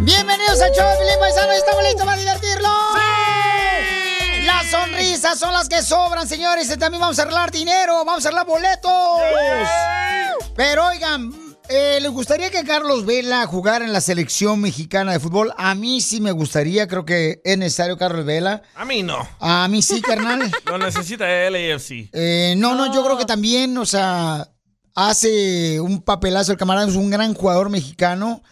Bienvenidos al show de Pilín Paisano, estamos listos para divertirlo. Las sonrisas son las que sobran, señores. Y También vamos a arreglar dinero, vamos a arreglar boletos. Pero oigan, eh, ¿les gustaría que Carlos Vela jugara en la selección mexicana de fútbol? A mí sí me gustaría, creo que es necesario Carlos Vela. A mí no. A mí sí, carnal. Lo necesita el AFC. Eh, no, no, yo creo que también, o sea, hace un papelazo el camarada, es un gran jugador mexicano.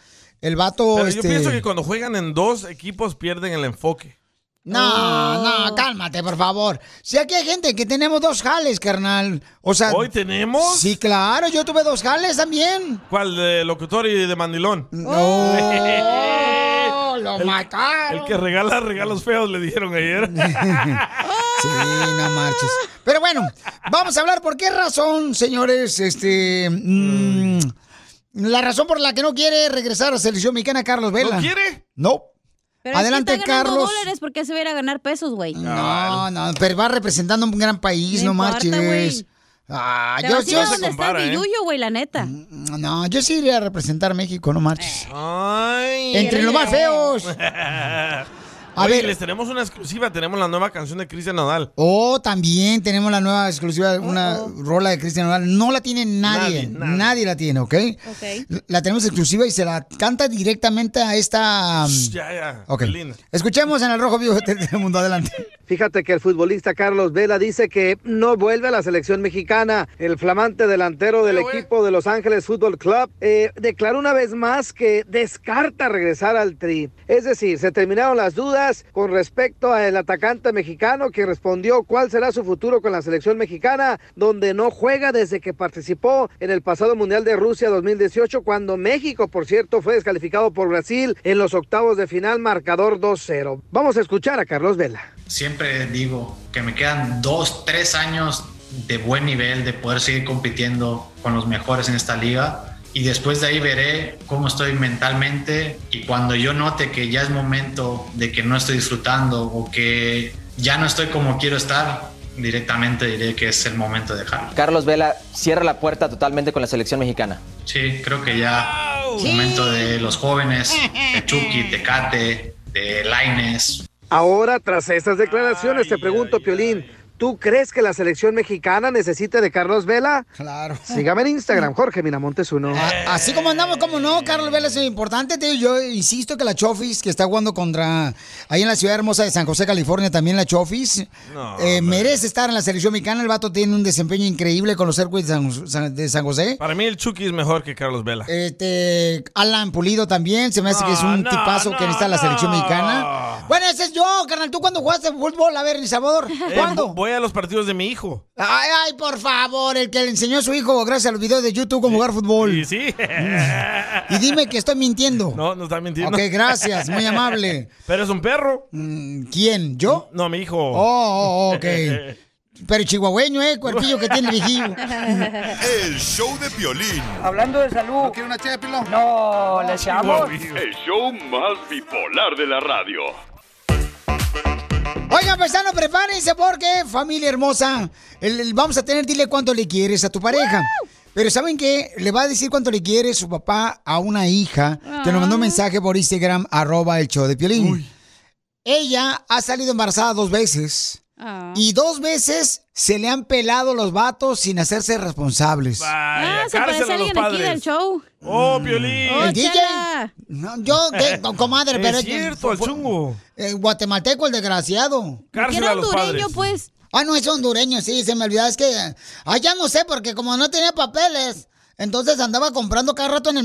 El vato. Pero este... yo pienso que cuando juegan en dos equipos pierden el enfoque. Uh. No, Oh. no, cálmate, por favor. Si aquí hay gente que tenemos dos jales, carnal. O sea. ¿Hoy tenemos? Sí, claro, yo tuve dos jales también. ¿Cuál? ¿De locutor y de mandilón? Oh. No. lo El- mataron. El que regala regalos feos le dijeron ayer. Sí, no marches. Pero bueno, vamos a hablar por qué razón, señores, este. mm, la razón por la que no quiere regresar a la selección mexicana Carlos Vela. ¿No quiere? No. Pero Adelante, es que está ganando Carlos. dólares, ¿por qué se va a ir a ganar pesos, güey? No, no, pero va representando un gran país, No no, importa, marches. güey. Ah, Te yo, vas a ir yo- ¿eh? a donde está el billuyo, güey, la neta. No, yo sí iría a representar México, no marches. Entre los más feos. A A ver. les tenemos una exclusiva. Tenemos la nueva canción de Cristian Nodal. Oh, también tenemos la nueva exclusiva, una rola de Cristian Nodal. No la tiene nadie, nadie, Nadie, nadie. la tiene, ¿ok? La tenemos exclusiva y se la canta directamente a um, esta... Ya, ya. Ok. qué linda. Escuchemos en el Rojo Vivo de Telemundo, adelante. Fíjate que el futbolista Carlos Vela dice que no vuelve a la selección mexicana. El flamante delantero del equipo de Los Ángeles Fútbol Club eh, declaró una vez más que descarta regresar al Tri. Es decir, se terminaron las dudas con respecto al atacante mexicano que respondió cuál será su futuro con la selección mexicana, donde no juega desde que participó en el pasado Mundial de Rusia 2018, cuando México, por cierto, fue descalificado por Brasil en los octavos de final, marcador 2-0. Vamos a escuchar a Carlos Vela. Siempre digo que me quedan dos, tres años de buen nivel, de poder seguir compitiendo con los mejores en esta liga. Y después de ahí veré cómo estoy mentalmente y cuando yo note que ya es momento de que no estoy disfrutando o que ya no estoy como quiero estar, directamente diré que es el momento de dejarlo. Carlos Vela cierra la puerta totalmente con la selección mexicana. Sí, creo que ya es momento de los jóvenes, de Chucky, Tecate, de Laines, Ahora, tras estas declaraciones, te pregunto, Piolín, ¿tú crees que la selección mexicana necesita de Carlos Vela? Claro. Sígame en Instagram, Jorge Miramontes uno. Así como andamos, como no, Carlos Vela es importante. te digo, yo insisto que la Chofis, que está jugando contra. Ahí en la ciudad hermosa de San José, California, también la Chofis. No, eh, merece estar en la selección mexicana. El vato tiene un desempeño increíble con los Airways de San, San- de San José. Para mí el Chucky es mejor que Carlos Vela. Este, Alan Pulido también, se me hace que es un Ah, No, tipazo no, que necesita la selección no. mexicana. Bueno, ese es yo, carnal. ¿Tú cuándo jugaste fútbol? A ver, El Salvador. Eh, ¿Cuándo? vo- voy a los partidos de mi hijo. Ay, ay, por favor, el que le enseñó a su hijo, gracias a los videos de YouTube, cómo jugar fútbol. Y sí. Mm. Y dime que estoy mintiendo. No, no está mintiendo. Ok, gracias, muy amable. Mm, Pero es un perro. ¿Quién? ¿Yo? No, mi hijo. Oh, oh, ok. Pero chihuahueño, ¿eh? Cuerpillo que tiene el viejillo. El show de violín. Hablando de salud. ¿No quiere una ché No, le echamos. El show más bipolar de la radio. Oigan, paisano, prepárense porque, familia hermosa, el- el- vamos a tener, dile cuánto le quieres a tu pareja. Pero ¿saben qué? Le va a decir cuánto le quiere su papá a una hija que nos mandó Ah. un mensaje por Instagram, arroba el show de Piolín. Ella ha salido embarazada dos veces. Ah. Y dos veces se le han pelado los vatos sin hacerse responsables. Vaya, Ah, se parece cárcel a los alguien aquí padres. del show. Mm. Oh, Piolín. ¿El DJ? No, yo, ¿qué? Co- comadre, Es pero... cierto, el chungo. El guatemalteco, el desgraciado. Cárcel a los padres. pues. Ah, no, es hondureño, sí, se me olvidaba. Es que... Ah, ya no sé, porque como no tenía papeles, entonces andaba comprando cada rato en el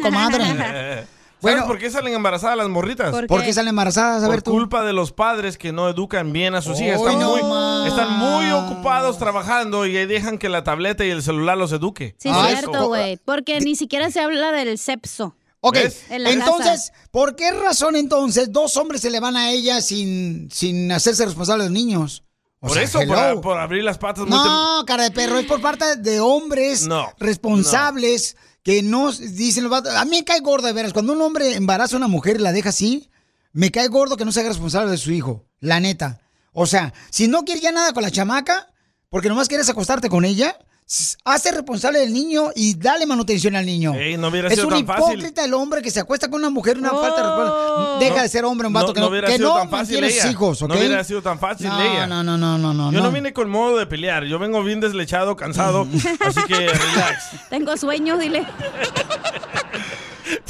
comadre. Eh, ¿Sabes Bueno. por qué salen embarazadas las morritas? ¿Por qué? ¿Por qué salen embarazadas? A ver, Por tú. culpa de los padres que no educan bien a sus Hoy hijas. Están, no muy, más. están muy ocupados trabajando y ahí dejan que la tableta y el celular los eduque. Sí, es cierto, güey. Porque ni siquiera se habla del sexo. Ok, En la entonces, raza. ¿por qué razón entonces dos hombres se le van a ella sin, sin hacerse responsables de los niños? O Por sea, eso, hello. por, por abrir las patas muy tem- No, cara de perro, es por parte de hombres No, responsables que no s- dicen los vatos. A mí me cae gordo, de veras. Cuando un hombre embaraza a una mujer y la deja así, me cae gordo que no se haga responsable de su hijo, la neta. O sea, si no quiere ya nada con la chamaca, porque nomás quieres acostarte con ella, s- hazte responsable del niño y dale manutención al niño. Ey, no hubiera es sido un tan fácil. hipócrita el hombre que se acuesta con una mujer, una falta de respeto. Deja No, de ser hombre, un vato no- que no no, hubiera que sido no tan fácil mantienes ella. hijos, No ¿ok? hubiera sido tan fácil No, ella. No, no, no, no, no. Yo no vine con modo de pelear, yo vengo bien deslechado, cansado, así que relax. Tengo sueños, dile.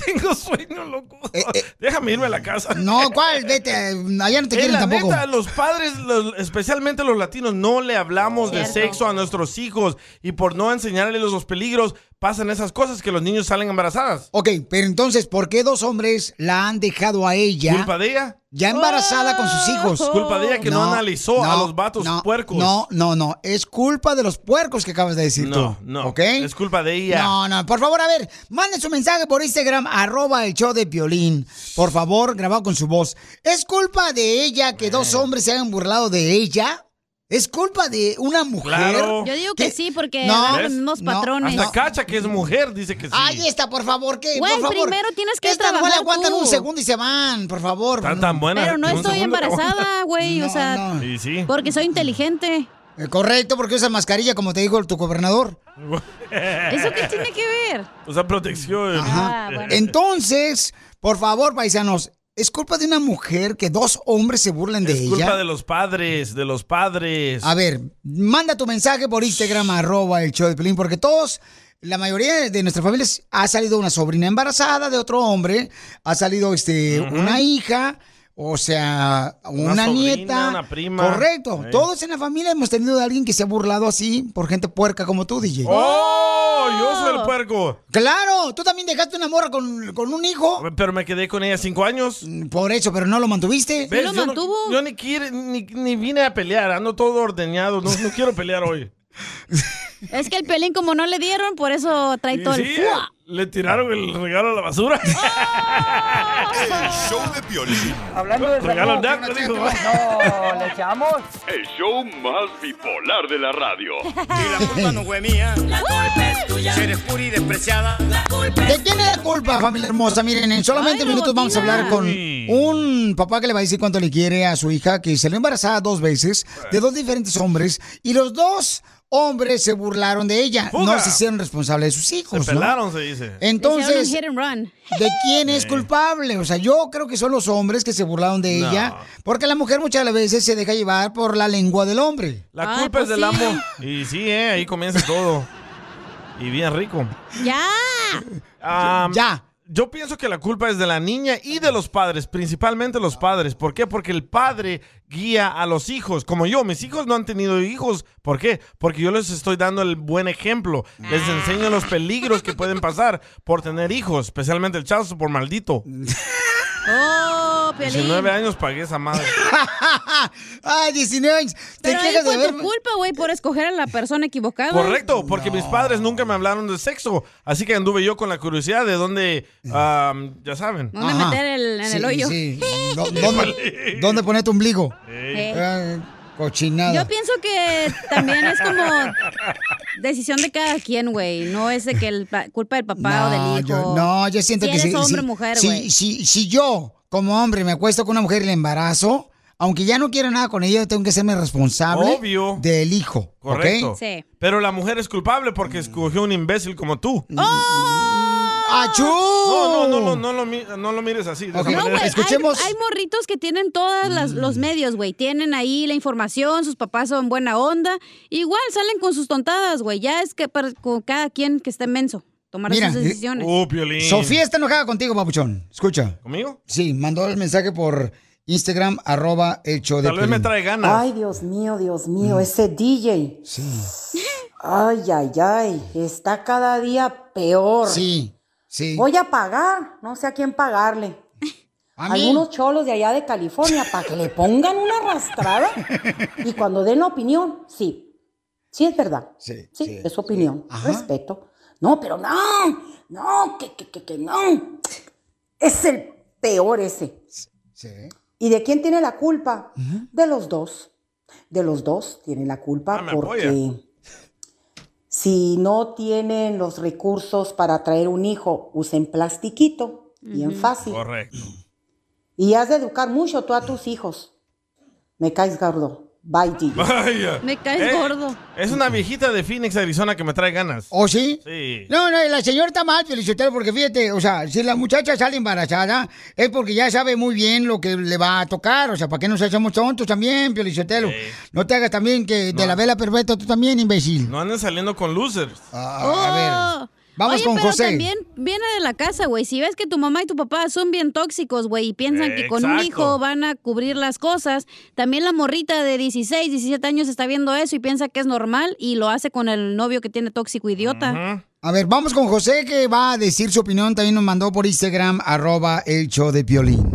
Tengo sueño, loco. Déjame irme a la casa. Eh, No, ¿cuál? Vete, eh, allá no te Eh, quieren la tampoco. neta, los padres, los- especialmente los latinos, no le hablamos de sexo a nuestros hijos y por no enseñarles los peligros pasan esas cosas que los niños salen embarazadas. Ok, pero entonces, ¿por qué dos hombres la han dejado a ella? ¿Culpa de ella? Ah, Ya embarazada con sus hijos. Culpa de ella que no analizó a los vatos puercos. No, no, no. Es culpa de los puercos que acabas de decir No, tú. no. ¿Ok? Es culpa de ella. No, no, por favor, a ver, manden su mensaje por Instagram, arroba el show de violín. Por favor, grabado con su voz. ¿Es culpa de ella que dos hombres se hayan burlado de ella? ¿Es culpa de una mujer? Yo digo que sí, porque No, no, ¿ves? mismos no, patrones. Hasta Cacha, que es mujer, dice que sí. Ahí está, por favor, que Güey, por favor. primero tienes que Estas no le trabajar aguantan tú. un segundo y se van, por favor. Están tan buenas. Pero no Un estoy segundo, embarazada, güey. o sea, Y sí. porque soy inteligente. Eh, correcto, porque usa mascarilla, como te dijo tu gobernador. ¿Eso qué tiene que ver? Ah, O sea, protección. Ajá. Entonces, por favor, paisanos, ¿es culpa de una mujer que dos hombres se burlen de Es ella? culpa de los padres, de los padres. A ver, manda tu mensaje por Instagram, arroba el show de Pelín, porque todos, la mayoría de nuestras familias ha salido una sobrina embarazada de otro hombre, ha salido este, una hija, o sea, una, Una sobrina, nieta. una prima. Correcto. Sí. Todos en la familia hemos tenido de alguien que se ha burlado así por gente puerca como tú, DJ. ¡Oh! Yo soy el puerco. Claro, tú también dejaste una morra con, con un hijo. Pero me quedé con ella cinco años. Por eso, pero no lo mantuviste. ¿Ves? Yo no- yo ni, quiere- ni, ni vine a pelear, ando todo ordeñado, no, no quiero pelear hoy. Es que el pelín, como no le dieron, por eso trae Y todo sí, el ¡fua! le tiraron el regalo a la basura. El show de Piolín. Hablando de Regalo salud, naco, ¿quiere dijo. una chela? No, ¿le echamos? El show más bipolar de la radio. no fue mía. La culpa es tuya. Si eres pura y despreciada. La culpa ¿De quién es la culpa, familia hermosa? Miren, en solamente minutos vamos a hablar con un papá que le va a decir cuánto le quiere a su hija, que se le embarazada dos veces, de dos diferentes hombres, y los dos hombres se burlaron de ella. Fuga. No se hicieron responsables de sus hijos. Se ¿no? pelaron, se dice. Hicieron Entonces, un hit and run. ¿de quién es culpable? O sea, yo creo que son los hombres que se burlaron de No. ella, porque la mujer muchas de las veces se deja llevar por la lengua del hombre. La culpa pues es pues del amo. Y sí, eh, ahí comienza todo. Y bien rico. ¡Ya! ya. Ah, Yo pienso que la culpa es de la niña y de los padres, principalmente los padres. ¿Por qué? Porque el padre guía a los hijos. Como yo, mis hijos no han tenido hijos. ¿Por qué? Porque yo les estoy dando el buen ejemplo. Les Ah. enseño los peligros que pueden pasar por tener hijos, especialmente el chazo por maldito. ¡Oh, pelín! 19 años pagué esa madre. Ay, 19 años. Te Pero ahí quejas de fue tu haber- culpa, güey, por escoger a la persona equivocada. Correcto, porque mis padres nunca me hablaron de sexo, así que anduve yo con la curiosidad de dónde, ah, ya saben. ¿Dónde Ajá. meter el- en el hoyo? ¿Dó- ¿Dónde, dónde poner tu ombligo? Ey. Eh, cochinada. Yo pienso que también es como decisión de cada quien, güey. No es de que el pa- culpa del papá o del hijo. Yo, no, yo siento Si que eres sí- hombre sí- o mujer, sí- güey. si, si yo, como hombre, me acuesto con una mujer y la embarazo, aunque ya no quiero nada con ella, yo tengo que serme responsable Obvio. del hijo. ¿ok? Correcto. Sí. Mm. ¡Oh! Pero la mujer es culpable porque escogió un imbécil como tú. ¡Achú! No, no, no, lo- no, lo, mi- no lo mires así. de esa No, manera. güey, hay- Hay, morritos que tienen Mm. todos los medios, güey. Tienen ahí la información, sus papás son buena onda. Igual salen con sus tontadas, güey. Ya es que para, con cada quien que esté menso tomar Mira, sus decisiones. Sofía está enojada contigo, papuchón. Escucha. Uh, ¿Conmigo? Sí, mandó el mensaje por Instagram, arroba el show de Tal vez me Piolín. trae ganas. Ay, Dios mío, Dios mío, ese DJ. Sí. Ay, ay, ay, está cada día peor. Sí, sí. Voy a pagar, no sé a quién pagarle. ¿A mí? Algunos cholos de allá de California para que le pongan una arrastrada y cuando den la opinión, sí, sí es verdad. Sí, sí, es su opinión. Respeto. No, pero no, no, que, que, que, que no. Es el peor ese. ¿Y de quién tiene la culpa? De los dos. De los dos tienen la culpa Ah, me porque apoya. si no tienen los recursos para traer un hijo, usen plastiquito, bien Ujú. fácil. Correcto. Y has de educar mucho tú a tus hijos. Me caes gordo. Bye, DJ. Vaya. Me caes Eh, gordo. Es una viejita de Phoenix, Arizona que me trae ganas. ¿Oh, sí? Sí. No, no, la señora está mal, Felicitelo, porque fíjate, o sea, si la muchacha sale embarazada, es porque ya sabe muy bien lo que le va a tocar, o sea, ¿para qué nos hacemos tontos también, Felicitelo? No te hagas también que de la vela perfecta tú también, imbécil. No anden saliendo con losers. a ver. Vamos Oh. Oye, con pero José. también viene de la casa, güey. Si ves que tu mamá y tu papá son bien tóxicos, güey, y piensan que con un Exacto. hijo van a cubrir las cosas, también la morrita de 16, 17 años está viendo eso y piensa que es normal y lo hace con el novio que tiene tóxico idiota. A ver, vamos con José que va a decir su opinión, también nos mandó por Instagram, arroba el show de Piolín.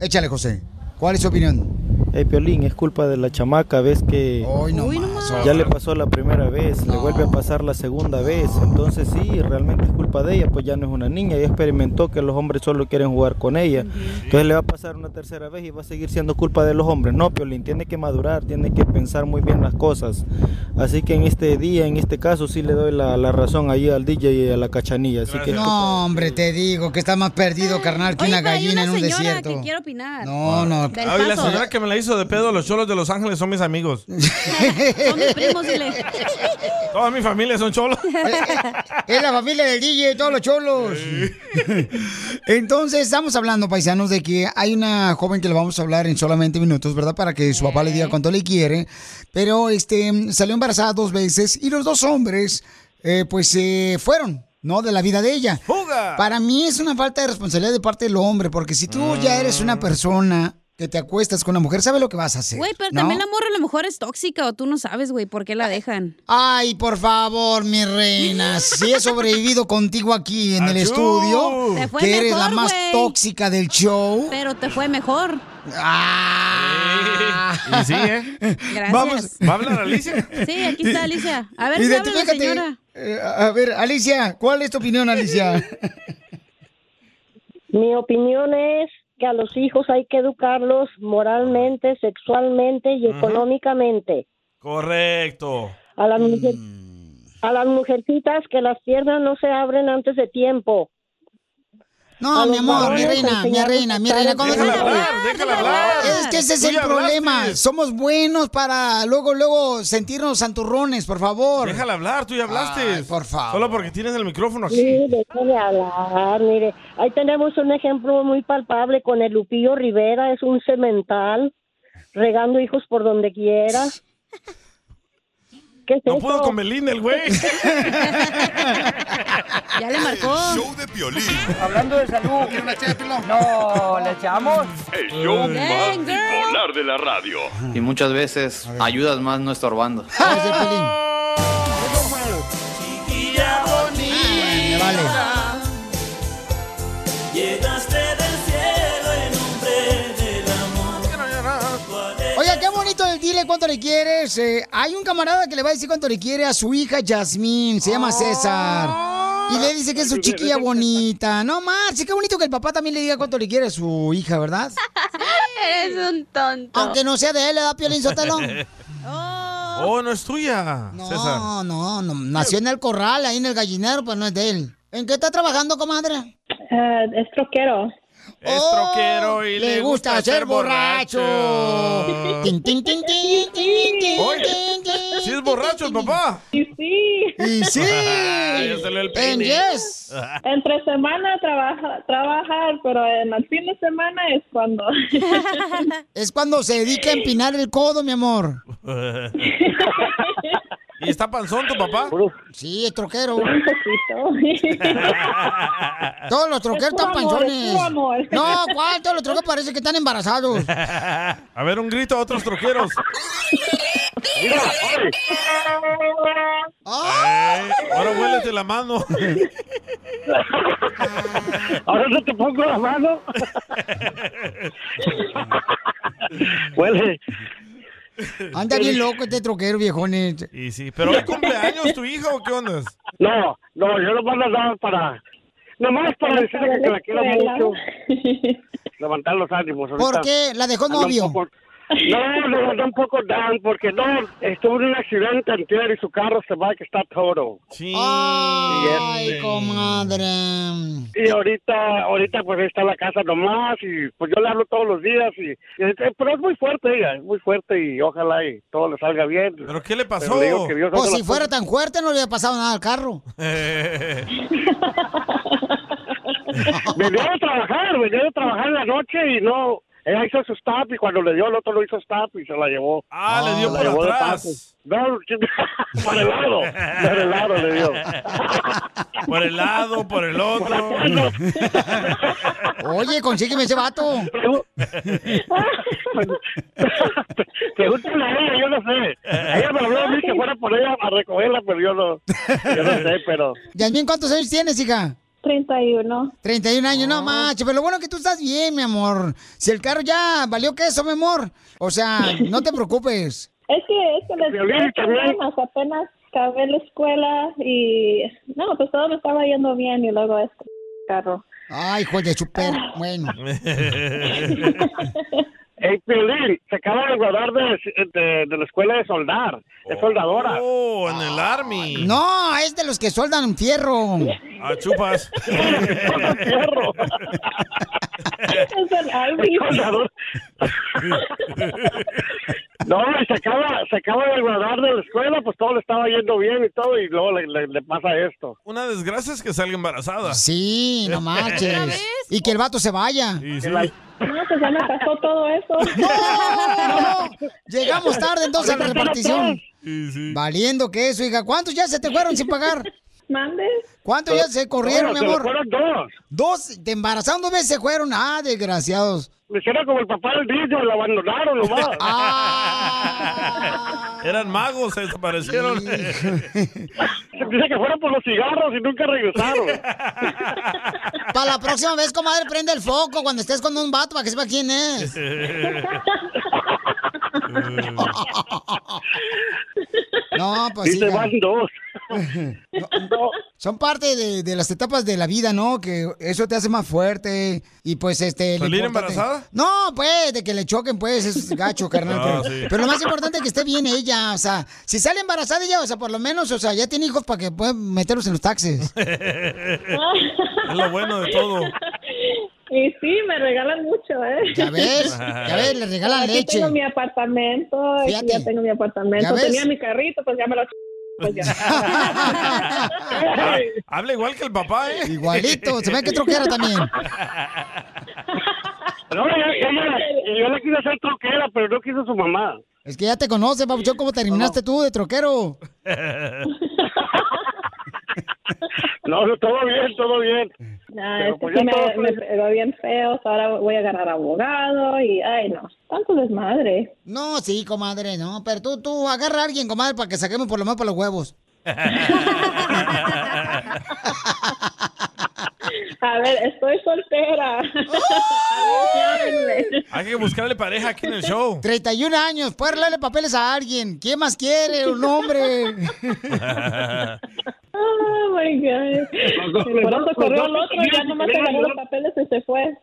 Échale, José. ¿Cuál es su opinión? Hey, Piolín, es culpa de la chamaca, ves que ya le pasó la primera vez, le vuelve a pasar la segunda vez, entonces sí, realmente es culpa de ella, pues ya no es una niña, ella experimentó que los hombres solo quieren jugar con ella, entonces le va a pasar una tercera vez y va a seguir siendo culpa de los hombres. No, Piolín, tiene que madurar, tiene que pensar muy bien las cosas, así que en este día, en este caso, sí le doy la, la razón ahí al DJ y a la cachanilla, así que... No, hombre, te digo que está más perdido, carnal, que una gallina en un desierto. Ah, Quiero opinar. ah, No, no. Oh. Del Ay, la paso. señora que me la hizo de pedo, los cholos de Los Ángeles son mis amigos. Son mis primos, dile. Toda mi familia son cholos. Es la familia del DJ, todos los cholos. Entonces, estamos hablando, paisanos, de que hay una joven que le vamos a hablar en solamente minutos, ¿verdad? Para que su papá le diga cuánto le quiere. Pero este salió embarazada dos veces y los dos hombres, eh, pues, se fueron. ¿no? De la vida de ella. Para mí es una falta de responsabilidad de parte del hombre, porque si tú ya eres Mm. una persona que te acuestas con una mujer, ¿sabes lo que vas a hacer? Güey, pero ¿no? también la morra a lo mejor es tóxica o tú no sabes, güey, por qué la dejan. Ay, por favor, mi reina. Si he sobrevivido contigo aquí en el Achú. estudio, Te fue que eres la mejor, más güey. tóxica del show. Pero te fue mejor. Y sí, ¿eh? Gracias. Vamos. ¿Va a hablar Alicia? Sí, aquí está Alicia. A ver, ¿qué habla la Identifícate. señora? Eh, a ver, Alicia, ¿cuál es tu opinión, Alicia? Mi opinión es que a los hijos hay que educarlos moralmente, sexualmente y Ujú. económicamente. Correcto. A las, mujer- a las mujercitas que las piernas no se abren antes de tiempo. No, A mi los amor, mi varones reina, mi enseñarles reina, mi reina. a ¿cómo estar no? Es que ese es Tú el ya hablaste. problema. Somos buenos para luego, luego sentirnos santurrones, por favor. Déjala hablar, tú ya hablaste. Ay, por favor. Solo porque tienes el micrófono aquí. Sí, déjame hablar, mire. Ahí tenemos un ejemplo muy palpable con el Lupillo Rivera, es un cemental, regando hijos por donde quiera. ¿Qué es No eso? pudo con Belinda el güey. Ya le marcó. Show de violín. Hablando de salud. ¿Quiere una ché de pilón? No, ¿le echamos? El show más Dang, girl. bipolar de la radio. Y muchas veces ayudas más no estorbando. Chiquilla bonita. Ah, vale. Llegaste del cielo en nombre del amor. Oiga, qué bonito el dile cuánto le quieres. Eh, hay un camarada que le va a decir cuánto le quiere a su hija Yasmín, se llama César. Y le dice que es su chiquilla bonita. No más, sí, qué bonito que el papá también le diga cuánto le quiere a su hija, ¿verdad? Eres un tonto. Aunque no sea de él, le da Ah, piolín sótalo. Oh, no es tuya, César. No, no, no, nació en el corral, ahí en el gallinero, pues no es de él. ¿En qué está trabajando, comadre? Ah, es troquero. Es Oh, troquero y le, gusta, ser borracho. Tin, tin, tin, tin, tin, tin, tin, tin, Si es borracho el papá. Y sí. Y sí. Ya salió el pene. yes. Entre semana trabaja, trabajar, pero en el fin de semana es cuando. Es cuando se dedica a empinar el codo, mi amor. ¿Y está panzón tu papá? Sí, es troquero. poquito. Todos los troqueros Es puro están amor, panzones. es puro amor. No, ¿cuál? Todos los troqueros parece que están embarazados. A ver, un grito a otros troqueros. Ay, ahora huélete la mano. Ahora no te pongo la mano. Huele. Anda bien loco este troquero, viejones. Y sí, pero hoy cumpleaños tu hija o qué onda? No, no, yo lo mando a dar para. Nomás para decirle que la quiero mucho. Levantar los ánimos. ahorita. ¿Por qué? ¿La dejó Anda un novio? poco- No, no, anda un poco down porque no, estuvo en un accidente anterior y su carro se va que está toro. Sí. Ay, comadre. Y ahorita, ahorita pues ahí está la casa nomás y pues yo le hablo todos los días y, y- pero es muy fuerte ella, es muy fuerte y ojalá y todo le salga bien. ¿Pero qué le pasó? le digo que Dios O hace si las fuera tan fuerte no le hubiera pasado nada al carro. venía a trabajar, venía a trabajar en la noche y no, ella hizo su stop y cuando le dio el otro lo hizo stop y se la llevó. Ah, le dio Se la por llevó de atrás. paso. No, para el lado, para el lado le dio. Por el lado, por el otro. Oye, consígueme ese vato. Pregúntale a ella, yo no sé. Ella me habló a mí que fuera por ella a recogerla, pero yo no, yo no sé, pero... Yasmín, ¿cuántos años tienes, hija? 31. 31 años, Ah. no macho, pero lo bueno es que tú estás bien, mi amor. Si el carro ya valió queso, mi amor. O sea, no te preocupes. Es que, es que les Violín dos también. semanas apenas acabé la escuela y no, pues todo me estaba yendo bien y luego este carro. Ah. Ay, hijo de super. Bueno. Ey, Piolín, se acaba de graduar de, de- de la escuela de soldar. Es soldadora. Ah, Oh, en el army. No, es de los que soldan fierro. Ah, chupas. Es el Albi. No, y se acaba, se acaba de graduar de la escuela, pues todo le estaba yendo bien y todo, y luego le, le- le pasa esto. Una desgracia es que salga embarazada. Sí, no marches. Y que el vato se vaya. No, pues ya me pasó todo eso. Llegamos tarde entonces a la repartición. Valiendo que eso, hija. ¿Cuántos ya se te fueron sin pagar? ¿Mande? ¿Cuántos ya se corrieron, mi Bueno, se amor? me fueron dos. Dos, te embarazaron dos veces se fueron. Ah, desgraciados. Me hicieron como el papá del niño, lo abandonaron nomás. Ah, Eran magos, se desaparecieron. Dice que fueron por los cigarros y nunca regresaron. Para la próxima vez, comadre, prende el foco cuando estés con un vato para que sepa quién es. No, pues Y sí. se van dos. Son parte de, de las etapas de la vida, ¿no? Que eso te hace más fuerte. Y pues este. lo ¿Salir importante- embarazada? No, pues, de que le choquen, pues, es gacho, carnal. Ah, pero, sí. pero lo más importante es que esté bien ella. O sea, si sale embarazada ella, o sea, por lo menos, o sea, ya tiene hijos para que puedan meterlos en los taxis. es lo bueno de todo. Y sí, me regalan mucho, ¿eh? Ya ves, ya ves, le regalan Aquí leche. tengo mi apartamento, aquí Fíjate. ya tengo mi ¿Ya apartamento. ves? Tenía mi carrito, pues ya me lo... ch- Pues ya. Ah, Habla igual que el papá, ¿eh? Igualito, se ve que troquera también. No, ella- ella- yo la quise hacer troquera, pero no quiso su mamá. Es que ya te conoce, papuchón, cómo terminaste tú de troquero. No, no, todo bien, todo bien. Nah, Pero es pues que ya este me, todos- me pegó bien feo, so ahora voy a agarrar abogado y, ay, no, tanto desmadre. No, sí, comadre, no. Pero tú, tú, agarra a alguien, comadre, para que saquemos por lo menos para los huevos. A ver, estoy soltera. Oh. Hay que buscarle pareja aquí en el show. 31 años, puede arreglarle papeles a alguien. ¿Quién más quiere? Un hombre. oh my God. Pronto corrió el otro y ya nomás se agarró los papeles y se fue.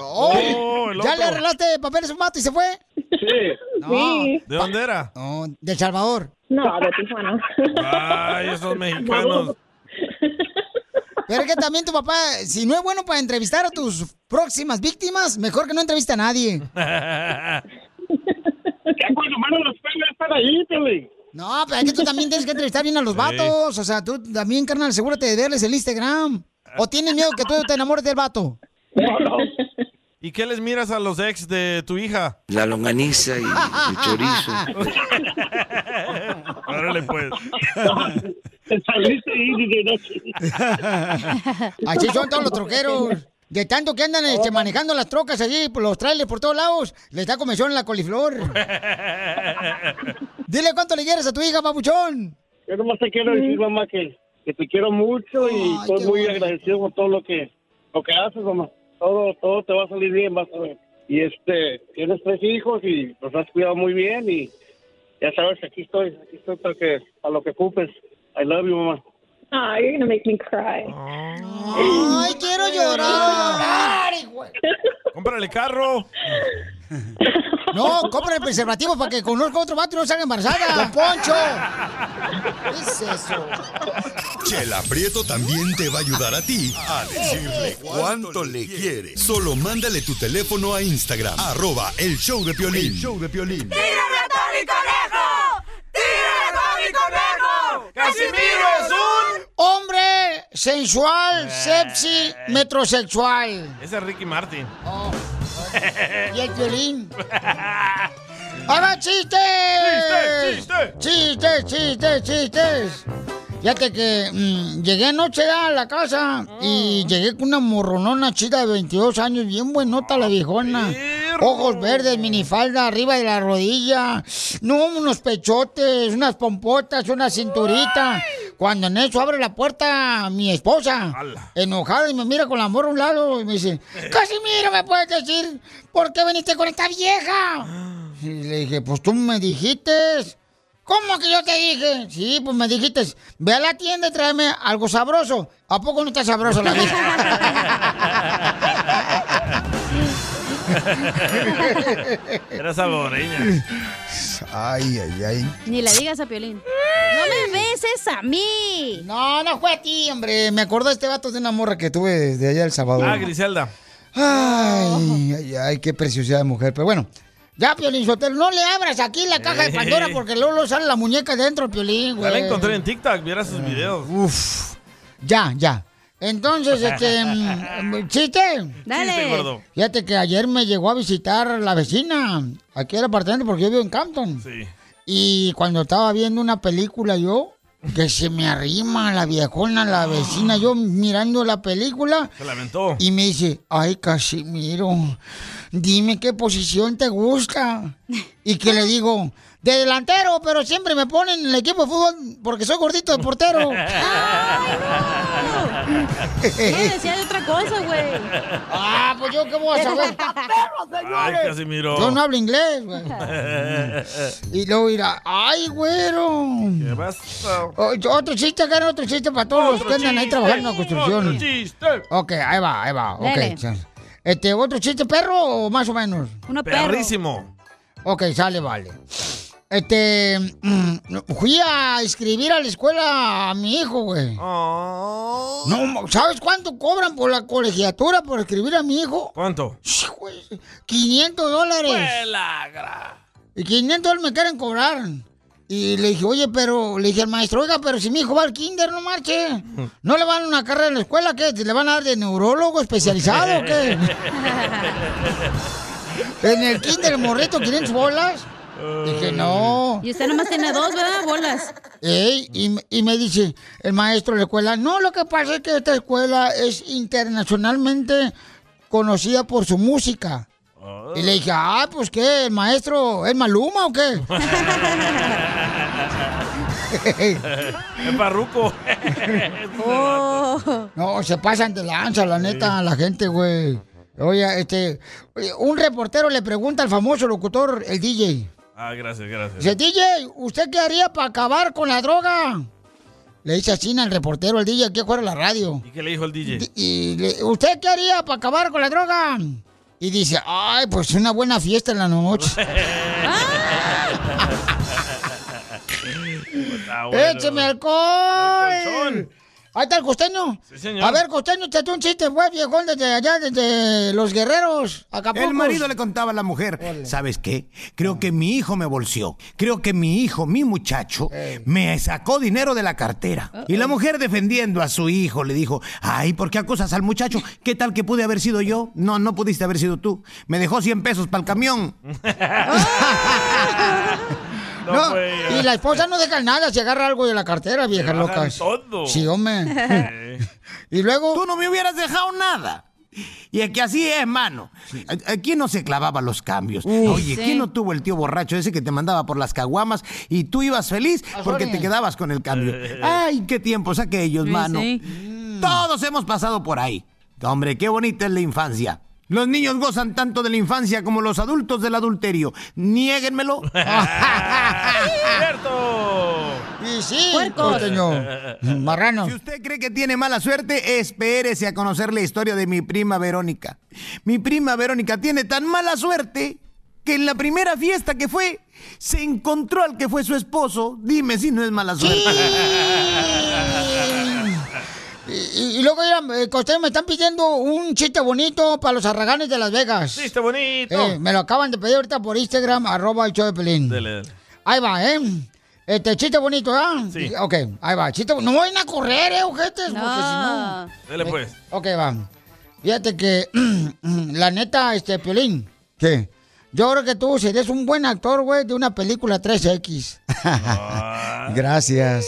Oh, el ¿Ya otro. le arreglaste papeles a un mato y se fue? Sí. Sí. ¿De dónde era? No, de El Salvador. No, de Tijuana. Ay, esos mexicanos. Pero es que también tu papá, si no es bueno para entrevistar a tus próximas víctimas, mejor que no entreviste a nadie. Ya cuando van a la escuela están ahí, Piolín. No, pero es que tú también tienes que entrevistar bien a los Sí. vatos. O sea, tú también, carnal, asegúrate de verles el Instagram. ¿O tienes miedo que tú te enamores del vato? ¿Y qué les miras a los ex de tu hija? La longaniza y el chorizo. Órale, pues. Te saliste ahí, DJ Así son todos los troqueros. De tanto que andan este, manejando las trocas allí, por los trailers por todos lados, le está comezón en la coliflor. Dile cuánto le quieres a tu hija, papuchón. Yo nomás te quiero decir, mamá, que, que te quiero mucho y estoy muy agradecido por todo lo que, lo que haces, mamá. Todo, todo te va a salir bien, vas a ver. Y este, tienes tres hijos y los has cuidado muy bien y ya sabes, aquí estoy, aquí estoy para que, a lo que ocupes. I love you, mamá. Oh, you're gonna make me cry. Ay, quiero llorar. Cómprale carro. No, compra el preservativo para que conozca otro vato y no salga embarazada. ¡Don Poncho! ¿Qué es eso? Chela Prieto también te va a ayudar a ti a decirle cuánto le quiere. Solo mándale tu teléfono a Instagram, arroba el show de Piolín. El show de Piolín. ¡Casimiro es un hombre sensual, sepsi, metrosexual! Ese es Ricky Martin. Y el violín. ¡Ahora chistes! ¡Chistes, chistes! ¡Chistes, chistes, chistes! Fíjate que mm, llegué anoche a la casa y llegué con una morronona chica de 22 años, bien buenota la viejona. Ojos verdes, minifalda arriba de la rodilla. No, unos pechotes, unas pompotas, una cinturita. Cuando en eso abre la puerta mi esposa, enojada, y me mira con la morra a un lado y me dice, Casimiro, ¿me puedes decir por qué viniste con esta vieja? Y le dije, pues tú me dijiste. ¿Cómo que yo te dije? Sí, pues me dijiste, ve a la tienda y tráeme algo sabroso. ¿A poco no está sabroso la vieja? Era ¿eh? saboreña. Ay, ay, ay. Ni le digas a Piolín. ¡No me beses a mí! No, no fue a ti, hombre. Me acordó este vato de una morra que tuve desde allá El Salvador. Ah, Griselda. Ay, ay, ay, qué preciosidad de mujer. Pero bueno, ya, Piolín Sotelo, no le abras aquí la caja de Pandora porque luego luego sale la muñeca dentro, Piolín, Ya güey. la encontré en TikTok, viera sus videos. Uf. Ya, ya. Entonces, este. mm, ¿Chiste? Dale. Chiste, gordo. Fíjate que ayer me llegó a visitar la vecina. Aquí era apartamento porque yo vivo en Campton. Sí. Y cuando estaba viendo una película, yo. Que se me arrima la viejona, la vecina, yo mirando la película. Ah. Se lamentó. Y me dice, ay, Casimiro, dime qué posición te gusta. Y que le digo, de delantero, pero siempre me ponen en el equipo de fútbol porque soy gordito de portero. No, decía de otra cosa, güey. Ah, pues yo qué voy a saber. Ay, Casimiro. Yo no hablo inglés, güey. ¿Qué Y luego dirá, ay, güero. pasa? O- Otro chiste, acá otro chiste para todos los que andan ahí trabajando en la construcción. Otro chiste. Ok, ahí va, ahí va. Dale. Ok. Este, ¿otro chiste perro o más o menos? Uno Perrísimo. Ok, sale, vale. Este, mm, fui a inscribir a la escuela a mi hijo, güey. No, ma- ¿sabes cuánto cobran por la colegiatura por escribir a mi hijo? ¿Cuánto? 500 dólares. Pelagra. Y 500 dólares me quieren cobrar. Y le dije, oye, pero, le dije al maestro, oiga, pero si mi hijo va al kinder, no marche. ¿No le van a una carrera en la escuela? ¿Qué? ¿Le van a dar de neurólogo especializado o qué? ¿En el kinder el morrito 500 bolas? Dije, no. Y usted nomás tiene dos, ¿verdad? Bolas. Ey, y, me- y me dice el maestro de la escuela, no, lo que pasa es que esta escuela es internacionalmente conocida por su música. Y le dije, ah, pues qué, el maestro, ¿es Maluma o qué? Es parruco. Oh. Oh. No, se pasan de lanza, la neta, la gente, güey. Oye, este, oye, un reportero le pregunta al famoso locutor, el DJ. Ah, gracias, gracias. Dice, DJ, ¿usted qué haría para acabar con la droga? Le dice así al reportero, el DJ, aquí fuera de la radio. ¿Y qué le dijo el DJ? Y le- ¿usted qué haría para acabar con la droga? Y dice, ay, pues una buena fiesta en la noche. Está bueno. Pues ¡Écheme alcohol! Ahí está el costeño. Sí, señor. A ver, costeño, te un chiste, pues, viejón, desde allá, desde los guerreros, Acapulco. El marido le contaba a la mujer, ¿sabes qué? Creo que mi hijo me bolseó. Creo que mi hijo, mi muchacho, me sacó dinero de la cartera. Y la mujer defendiendo a su hijo le dijo, ay, ¿por qué acosas al muchacho? ¿Qué tal que pude haber sido yo? No, no pudiste haber sido tú. Me dejó 100 pesos para el camión. No, pues, y eh. la esposa no deja nada si agarra algo de la cartera, vieja bajan loca. todo. Sí, hombre. Este y luego... Tú no me hubieras dejado nada. Y es que así es, mano. ¿A- a ¿Quién no se clavaba los cambios? Oye, sí. ¿quién no tuvo el tío borracho ese que te mandaba por las caguamas y tú ibas feliz porque te quedabas con el cambio? Ay, qué tiempos aquellos, Sí, mano. sí. Mm. Todos hemos pasado por ahí. Hombre, qué bonita es la infancia. Los niños gozan tanto de la infancia como los adultos del adulterio. Niéguenmelo. ¡Cierto! Y sí, Puercos. costeño. Marrano. Si usted cree que tiene mala suerte, espérese a conocer la historia de mi prima Verónica. Mi prima Verónica tiene tan mala suerte que en la primera fiesta que fue, se encontró al que fue su esposo. Dime si no es mala suerte. Y, y luego, mira, eh, costeño, me están pidiendo un chiste bonito para los arraganes de Las Vegas. Chiste bonito. Eh, me lo acaban de pedir ahorita por Instagram, arroba el show de Pelín. Dele, dele. Ahí va, ¿eh? Este chiste bonito, ¿ah? Sí. Ok, ahí va. Chiste, no vayan a correr, ¿eh, ojetes? No. Porque si no... Dele pues. Ok, va. Fíjate que, la neta, este, Piolín. ¿Qué? Yo creo que tú serías un buen actor, güey, de una película 3X. Gracias.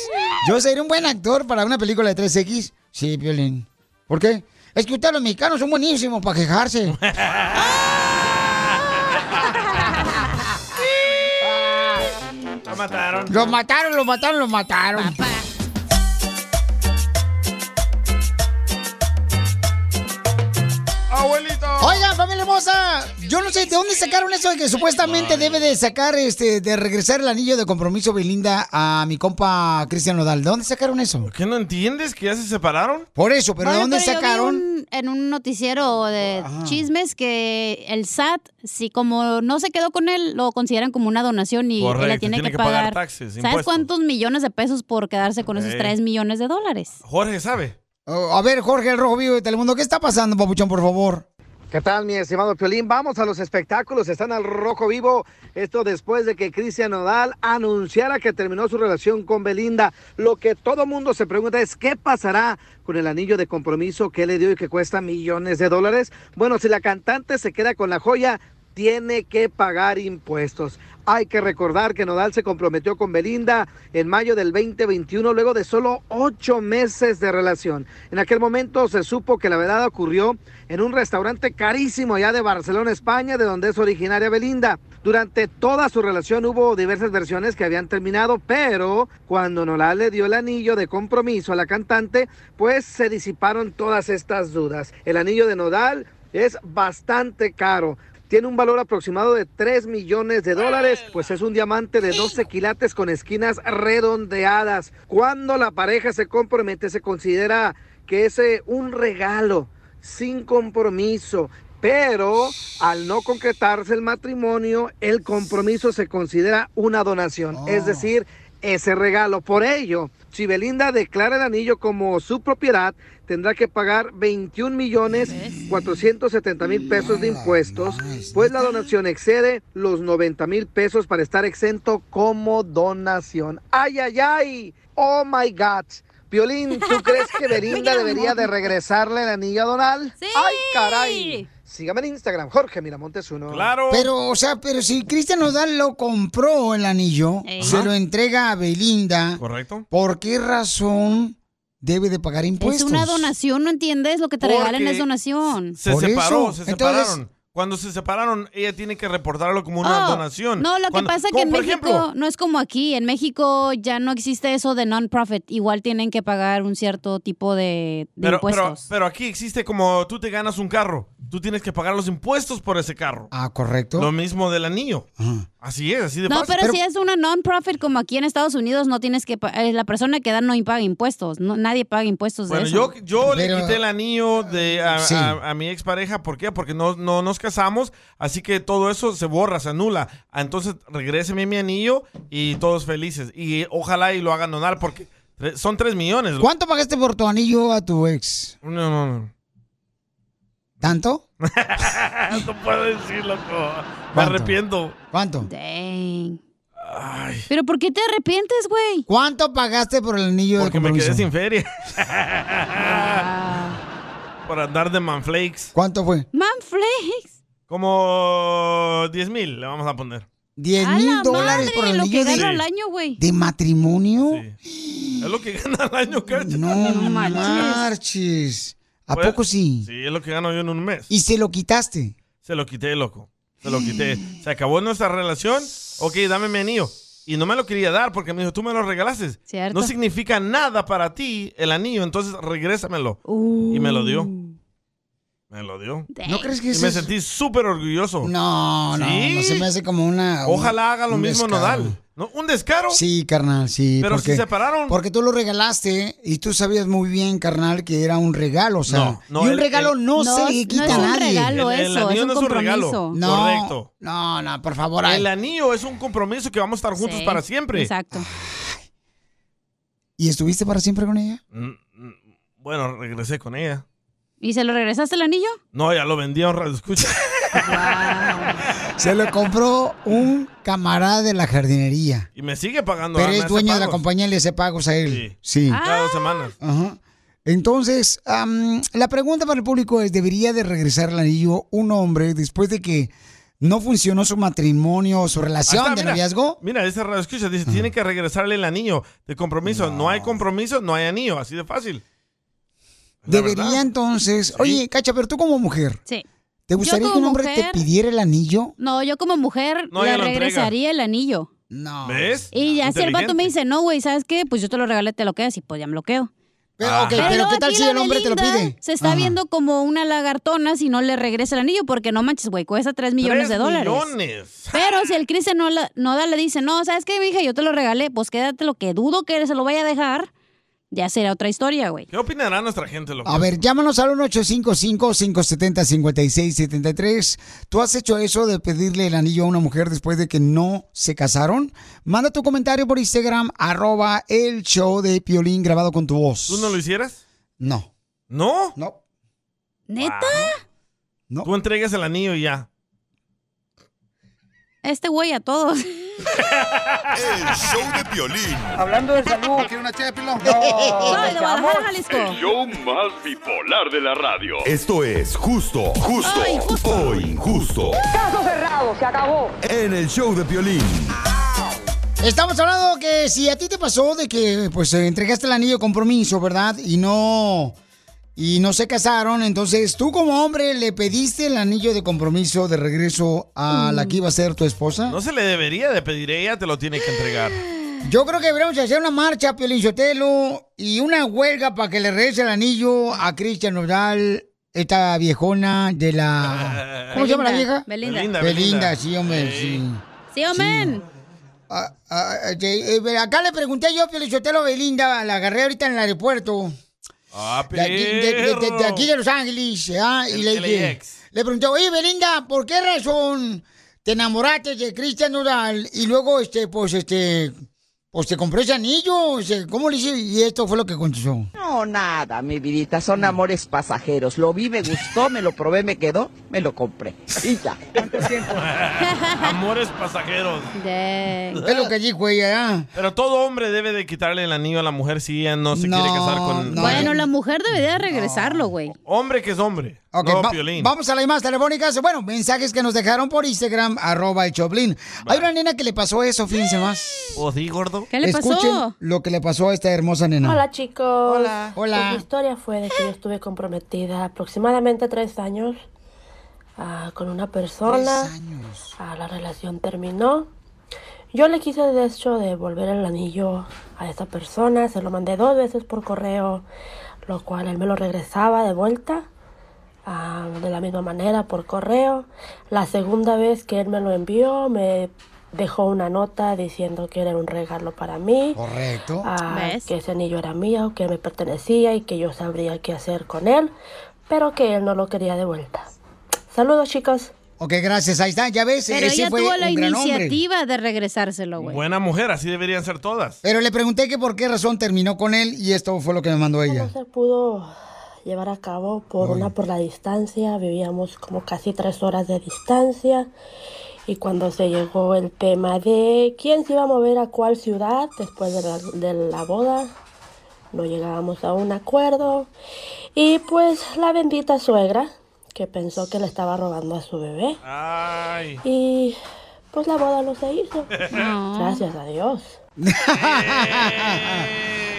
Yo sería un buen actor para una película de 3X. Sí, Piolín. ¿Por qué? Es que ustedes los mexicanos son buenísimos para quejarse. La mataron. Los mataron, los mataron, los mataron. Abuelito. Oigan, familia hermosa, yo no sé de dónde sacaron eso de que supuestamente debe de sacar, este, de regresar el anillo de compromiso Belinda a mi compa Cristian Nodal. ¿De dónde sacaron eso? ¿Qué no entiendes que ya se separaron? Por eso, pero ¿de Oye, dónde pero yo vi sacaron? Oh, un- en un noticiero de chismes que el SAT, si como no se quedó con él, lo consideran como una donación y, y la Correcto, tiene, tiene que, que pagar. pagar taxes, ¿Sabes impuestos. cuántos millones de pesos por quedarse con esos Ey. 3 millones de dólares? Jorge sabe. Oh, a ver, Jorge el Rojo Vivo de Telemundo, ¿qué está pasando, papuchón, por favor? ¿Qué tal, mi estimado Piolín? Vamos a los espectáculos. Están al rojo vivo. Esto después de que Cristian Nodal anunciara que terminó su relación con Belinda. Lo que todo mundo se pregunta es qué pasará con el anillo de compromiso que le dio y que cuesta millones de dólares. Bueno, si la cantante se queda con la joya, tiene que pagar impuestos. Hay que recordar que Nodal se comprometió con Belinda en mayo del 2021, luego de solo ocho meses de relación. En aquel momento se supo que la verdad ocurrió en un restaurante carísimo allá de Barcelona, España, de donde es originaria Belinda. Durante toda su relación hubo diversas versiones que habían terminado, pero cuando Nodal le dio el anillo de compromiso a la cantante, pues se disiparon todas estas dudas. El anillo de Nodal es bastante caro. Tiene un valor aproximado de 3 millones de dólares, pues es un diamante de 12 quilates con esquinas redondeadas. Cuando la pareja se compromete, se considera que es eh, un regalo, sin compromiso. Pero al no concretarse el matrimonio, el compromiso se considera una donación. Es decir, ese regalo. Por ello, si Belinda declara el anillo como su propiedad, tendrá que pagar 21 millones 470 mil pesos de impuestos, pues la donación excede los 90 mil pesos para estar exento como donación. ¡Ay, ay, ay! ¡Oh, my God! Violín, ¿tú crees que Belinda debería de regresarle el anillo a Donal? ¡Ay, caray! Sígame en Instagram, Jorge Miramontes uno. Pero, o sea, pero si Cristian Nodal lo compró el anillo, Ey. se Ajá. lo entrega a Belinda. Correcto. ¿Por qué razón debe de pagar impuestos? Es una donación, ¿no entiendes? Lo que te Porque regalen es donación. Se separó, se Entonces- separaron. Cuando se separaron, ella tiene que reportarlo como una Oh, donación. No, lo Cuando- que pasa es como que en por México ejemplo, no es como aquí. En México ya no existe eso de non-profit. Igual tienen que pagar un cierto tipo de, de Pero, pero, impuestos. pero aquí existe como tú te ganas un carro, tú tienes que pagar los impuestos por ese carro. Ah, correcto. Lo mismo del anillo. Así es, así de no, fácil. pero, si es una non-profit como aquí en Estados Unidos, no tienes que pa- eh, la persona que da no paga impuestos. No, nadie paga impuestos Bueno, de eso. yo, yo Pero- le quité el anillo de, a, Sí. a- a mi expareja. ¿Por qué? Porque no, no nos casamos, así que todo eso se borra, se anula. Ah, Entonces, regréseme mi anillo y todos felices. Y ojalá y lo hagan donar, porque Tre- Son tres millones. güey. ¿Cuánto pagaste por tu anillo a tu ex? No, no, no. ¿Tanto? Ah, no puedo decir, loco. Me ¿Cuánto? arrepiento. ¿Cuánto? Dang. Pero ¿por qué te arrepientes, güey? ¿Cuánto pagaste por el anillo Porque del me compromiso? quedé sin feria. Por andar de manflakes. Ah. ¿Cuánto fue? Manflex. Como 10 mil le vamos a poner. 10 mil dólares por el lo anillo que de, gano al año, güey. de matrimonio. Es lo que gana al año, cacho. No marches. ¿A Pues, poco sí? Sí, es lo que gano yo en un mes. ¿Y se lo quitaste? Se lo quité, loco. Se lo quité. Se acabó nuestra relación. Ok, dame mi anillo. Y no me lo quería dar porque me dijo, tú me lo regalaste. Cierto. No significa nada para ti el anillo, entonces regrésamelo. Y me lo dio. Uh. Me lo dio. ¿No crees que Y eso me es- sentí súper orgulloso. No, no, Sí. no se me hace como una. un- Ojalá haga lo un mismo descaro. Nodal. ¿No? ¿Un descaro? Sí, carnal, sí. Pero si porque- separaron. Porque tú lo regalaste y tú sabías muy bien, carnal, que era un regalo. O sea, No, no, y un el- regalo el- no, No, se no le es quita a un nadie. regalo El- el eso, es anillo un no es un compromiso. regalo, No, correcto. No, no, por favor. ay. El anillo es un compromiso que vamos a estar juntos Sí, para siempre. exacto. ¿Y estuviste para siempre con ella? Mm, mm, Bueno, regresé con ella. ¿Y se lo regresaste el anillo? No, ya lo vendí a un radio escucha. Se lo compró un camarada de la jardinería. Y me sigue pagando. Pero ah, me es hace dueño de la Ah. pagos. compañía y le hace pagos a él. Sí. Cada dos semanas. Ajá. Entonces, am, la pregunta para el público es, ¿debería de regresar el anillo un hombre después de que no funcionó su matrimonio o su Ahí relación está, de mira, noviazgo? Mira, ese radio escucha dice, tiene que regresarle el anillo de compromiso. No. hay compromiso, no hay anillo. Así de fácil. Debería entonces... Oye, Cacha, pero tú como mujer, Sí. ¿te gustaría como que un hombre mujer- te pidiera el anillo? No, yo como mujer No, le ella lo entrega. regresaría el anillo. No. ¿Ves? Y ya si el vato Ah, Inteligente. me dice, no, güey, ¿sabes qué? Pues yo te lo regalé, te lo quedas y pues ya me lo quedo. Pero, Ah. ok, pero, luego ¿qué tal aquí si la el hombre te lo Belinda pide? Se está Ajá. viendo como una lagartona si no le regresa el anillo, porque no manches, güey, cuesta 3 millones Tres de dólares. millones. Pero si el Cristian no, la- no da, le dice, no, ¿sabes qué, mija? Yo te lo regalé, pues quédate lo que dudo que se lo vaya a dejar, ya será otra historia, güey. ¿Qué opinará nuestra gente, loco? A ver, llámanos al 1-855-570-5673. ¿Tú has hecho eso de pedirle el anillo a una mujer después de que no se casaron? Manda tu comentario por Instagram, arroba el show de Piolín grabado con tu ¿Tú voz. no lo hicieras? No. ¿No? No. ¿Neta? No. Tú entregas el anillo y ya. Este güey a todos. El show de Piolín. Hablando de salud. ¿Quiere una ché de pilón? No. Soy de Guadalajara, Jalisco. El show más bipolar de la radio. Esto es justo, justo o injusto. Caso cerrado, se acabó. En el show de Piolín. Estamos hablando que si a ti te pasó de que pues eh, entregaste el anillo de compromiso, ¿verdad? Y no y no se casaron, entonces tú como hombre le pediste el anillo de compromiso de regreso a la que iba a ser tu esposa. No se le debería de pedir, ella te lo tiene que entregar. Yo creo que deberíamos hacer una marcha, Piolín Sotelo, y una huelga para que le regrese el anillo a Cristian Nodal, esta viejona de la... ¿Cómo se llama la Belinda, vieja? Belinda, Belinda. Belinda, Belinda, Belinda. sí, hombre, sí. Sí, hombre. Ah, ah, eh, eh, acá le pregunté yo, Piolín Sotelo, a Belinda, la agarré ahorita en el aeropuerto. Ah, De aquí de, de- de- de aquí de Los Ángeles, ¿ah? Y le, El dije- LAX. le pregunté, oye Belinda, ¿por qué razón te enamoraste de Cristian Nodal y luego, este, pues, este, pues te compró ese anillo? O sea, ¿Cómo le hice? Y esto fue lo que contestó. No, nada, mi vidita, son amores pasajeros. Lo vi, me gustó, me lo probé, me quedó, me lo compré. Y ya. Amores pasajeros. Es lo que dijo ella, ¿ah? Pero todo hombre debe de quitarle el anillo a la mujer si ella no se quiere casar con... Bueno, la mujer debería regresarlo, güey. Hombre que es hombre. Ok, no, va- Piolín. vamos a las llamadas telefónicas. Bueno, mensajes que nos dejaron por Instagram, arroba el Choplin. Hay una nena que le pasó eso, fíjense más. ¿O sí, gordo? Escuchen lo que le pasó a esta hermosa nena. Hola chicos. Hola. Hola. mi historia fue de que yo estuve comprometida aproximadamente tres años ah, con una persona. Ah, la relación terminó. Yo le quise de hecho devolver el anillo a esta persona. Se lo mandé dos veces por correo, lo cual él me lo regresaba de vuelta. ah, de la misma manera por correo. La segunda vez que él me lo envió me dejó una nota diciendo que era un regalo para mí. Correcto. Ah, que ese anillo era mío, que me pertenecía y que yo sabría qué hacer con él, pero que él no lo quería de vuelta. Saludos, chicos. Ok, gracias. Ahí está, ya ves. Pero ese ella fue tuvo la un gran hombre. iniciativa de regresárselo, güey. Buena mujer, así deberían ser todas. Pero le pregunté que por qué razón terminó con él y esto fue lo que me mandó ella. se pudo llevar a cabo por una por la distancia. Vivíamos como casi tres horas de distancia. Y cuando se llegó el tema de quién se iba a mover a cuál ciudad después de la, de la boda, no llegábamos a un acuerdo. Y pues la bendita suegra, que pensó que le estaba robando a su bebé. Ay. Y pues la boda no se hizo. No. Gracias a Dios.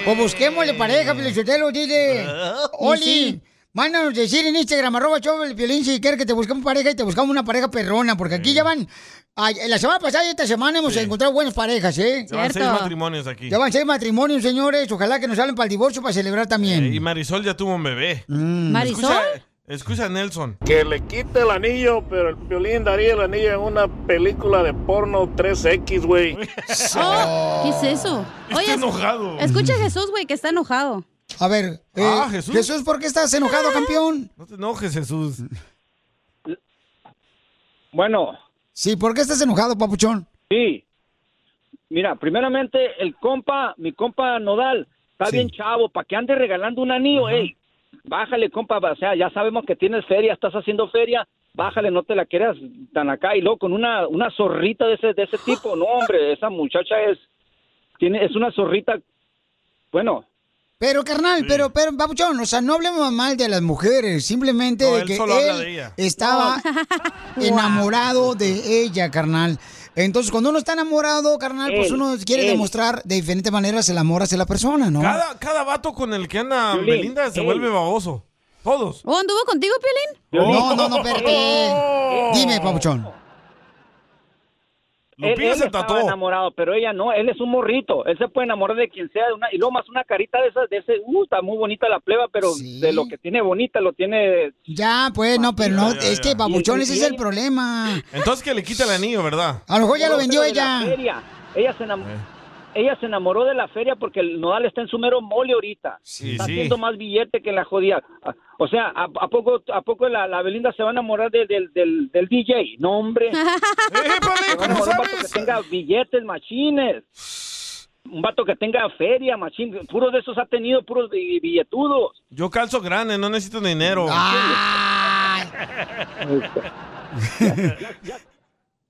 O busquémosle pareja, Pelichotelo, dile. Ah, Oli, sí. mándanos decir en Instagram, arroba show del Piolín, si quieres que te busquemos pareja y te buscamos una pareja perrona, porque aquí ya van. ay, la semana pasada y esta semana hemos encontrado buenas parejas, ¿eh? Se van seis matrimonios aquí. Ya van seis matrimonios, señores. Ojalá que nos salen para el divorcio para celebrar también. Eh, y Marisol ya tuvo un bebé. ¿Marisol? Escucha, eh, escucha a Nelson. Que le quite el anillo, pero el violín daría el anillo en una película de porno 3X, güey. Ah, Oh, ¿Qué es eso? Está es- enojado. Escucha a Jesús, güey, que está enojado. A ver, eh, Ah, Jesús. Jesús, ¿por qué estás enojado, campeón? No te enojes, Jesús. Bueno. Sí, ¿por qué estás enojado, papuchón? Sí. Mira, primeramente, el compa, mi compa Nodal, está bien chavo, para que ande regalando un anillo, ey. Bájale, compa, o sea, ya sabemos que tienes feria, estás haciendo feria, bájale, no te la quieras tan acá y luego con una, una zorrita de ese, de ese tipo. No, hombre, esa muchacha es, tiene, es una zorrita, bueno, Pero, carnal, pero, pero, papuchón, o sea, no hablemos mal de las mujeres, simplemente No, de él que solo habla él de ella. estaba enamorado de ella, carnal. Entonces, cuando uno está enamorado, carnal, pues Él, uno quiere él. demostrar de diferentes maneras el amor hacia la persona, ¿no? Cada, cada vato con el que anda Violín, Belinda se ey. vuelve baboso. Todos. ¿O anduvo contigo, Piolín? No, no, no, espérate. Oh. Dime, papuchón. él, Lupillo él se estaba tatuó. enamorado, pero ella no, él es un morrito, él se puede enamorar de quien sea, de una, y lo más una carita de esas, de ese, uh, está muy bonita la pleba, pero de lo que tiene bonita, lo tiene... Ya, pues, no, pero no, Ya, ya, ya. es que, papuchón, Y- y- ese y es el ella- problema. Entonces que le quita el anillo, ¿verdad? A lo mejor ya lo vendió Pero de la ella. feria. Ella se enamoró. Eh. Ella se enamoró de la feria porque el Nodal está en su mero mole ahorita. está sí. haciendo más billete que la jodida. Ah, O sea, ¿a, a poco a poco la, la Belinda se va a enamorar de- del- del, del DJ? No, hombre. Se va a enamorar un vato que tenga billetes, machines. Un vato que tenga feria, machín. Puros de esos ha tenido, puros bi- billetudos. Yo calzo grande, no necesito dinero.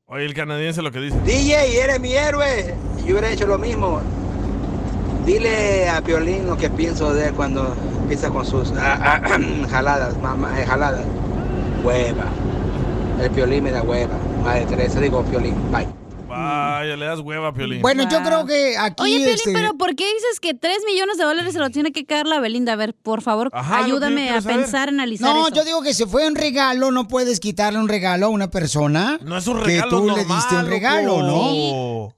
Oye, el canadiense lo que dice. DJ, eres mi héroe. Yo hubiera hecho lo mismo. Dile a Piolín lo que pienso de él cuando empieza con sus ah, ah, jaladas, mamá, eh, jaladas. Hueva. El Piolín me da hueva. Madre Teresa, digo Piolín, bye. Vaya, le das hueva, Piolín. que aquí. Oye, Piolín, este- pero ¿por qué dices que 3 millones de dólares se lo tiene que caer la Belinda? A ver, por favor, Ajá, lo que yo ayúdame quiero a saber. pensar, analizar. No, eso. yo digo que si fue un regalo, no puedes quitarle un regalo a una persona. No es un Que regalo tú le normal, diste un loco. regalo, ¿no?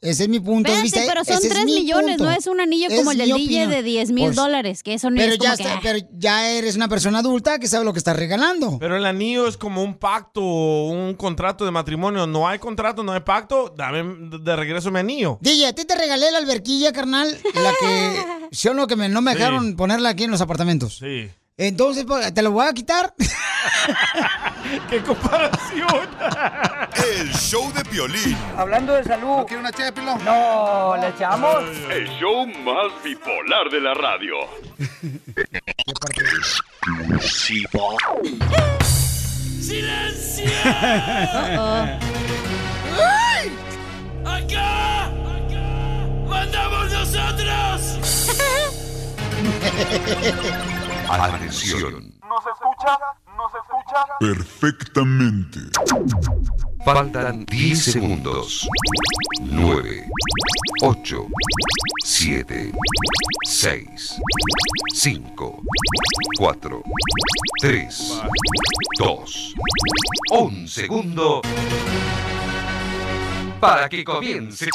Sí. Ese es mi punto de Espérate, vista. eh, pero son ese es 3 mi millones, punto. no es un anillo Es como el del mi DJ opinión. de 10 mil Por- dólares, que eso no Pero es como ya, que... está- ah. pero ya eres una persona adulta que sabe lo que estás regalando. Pero el anillo es como un pacto, un contrato de matrimonio. No hay contrato, no hay pacto. Dame de regreso mi anillo. DJ, a ti te regalé la alberquilla, carnal, la que yo lo que me- no me Sí. dejaron ponerla aquí en los apartamentos. Sí. Entonces, pues, ¿te lo voy a quitar? ¡Qué comparación! El show de Piolín. Hablando de salud. ¿No quiere una ché de pilón? No, ¿le echamos? El show más bipolar de la radio. ¡Silencio! ¡Ay! ¡Acá! ¡Acá! ¡Mandamos nosotros! Atención. ¿Nos escucha? ¿Nos escucha? Perfectamente. Faltan 10 segundos. 9, 8, 7, 6, 5, 4, 3, 2, 1 segundo. Para que comience.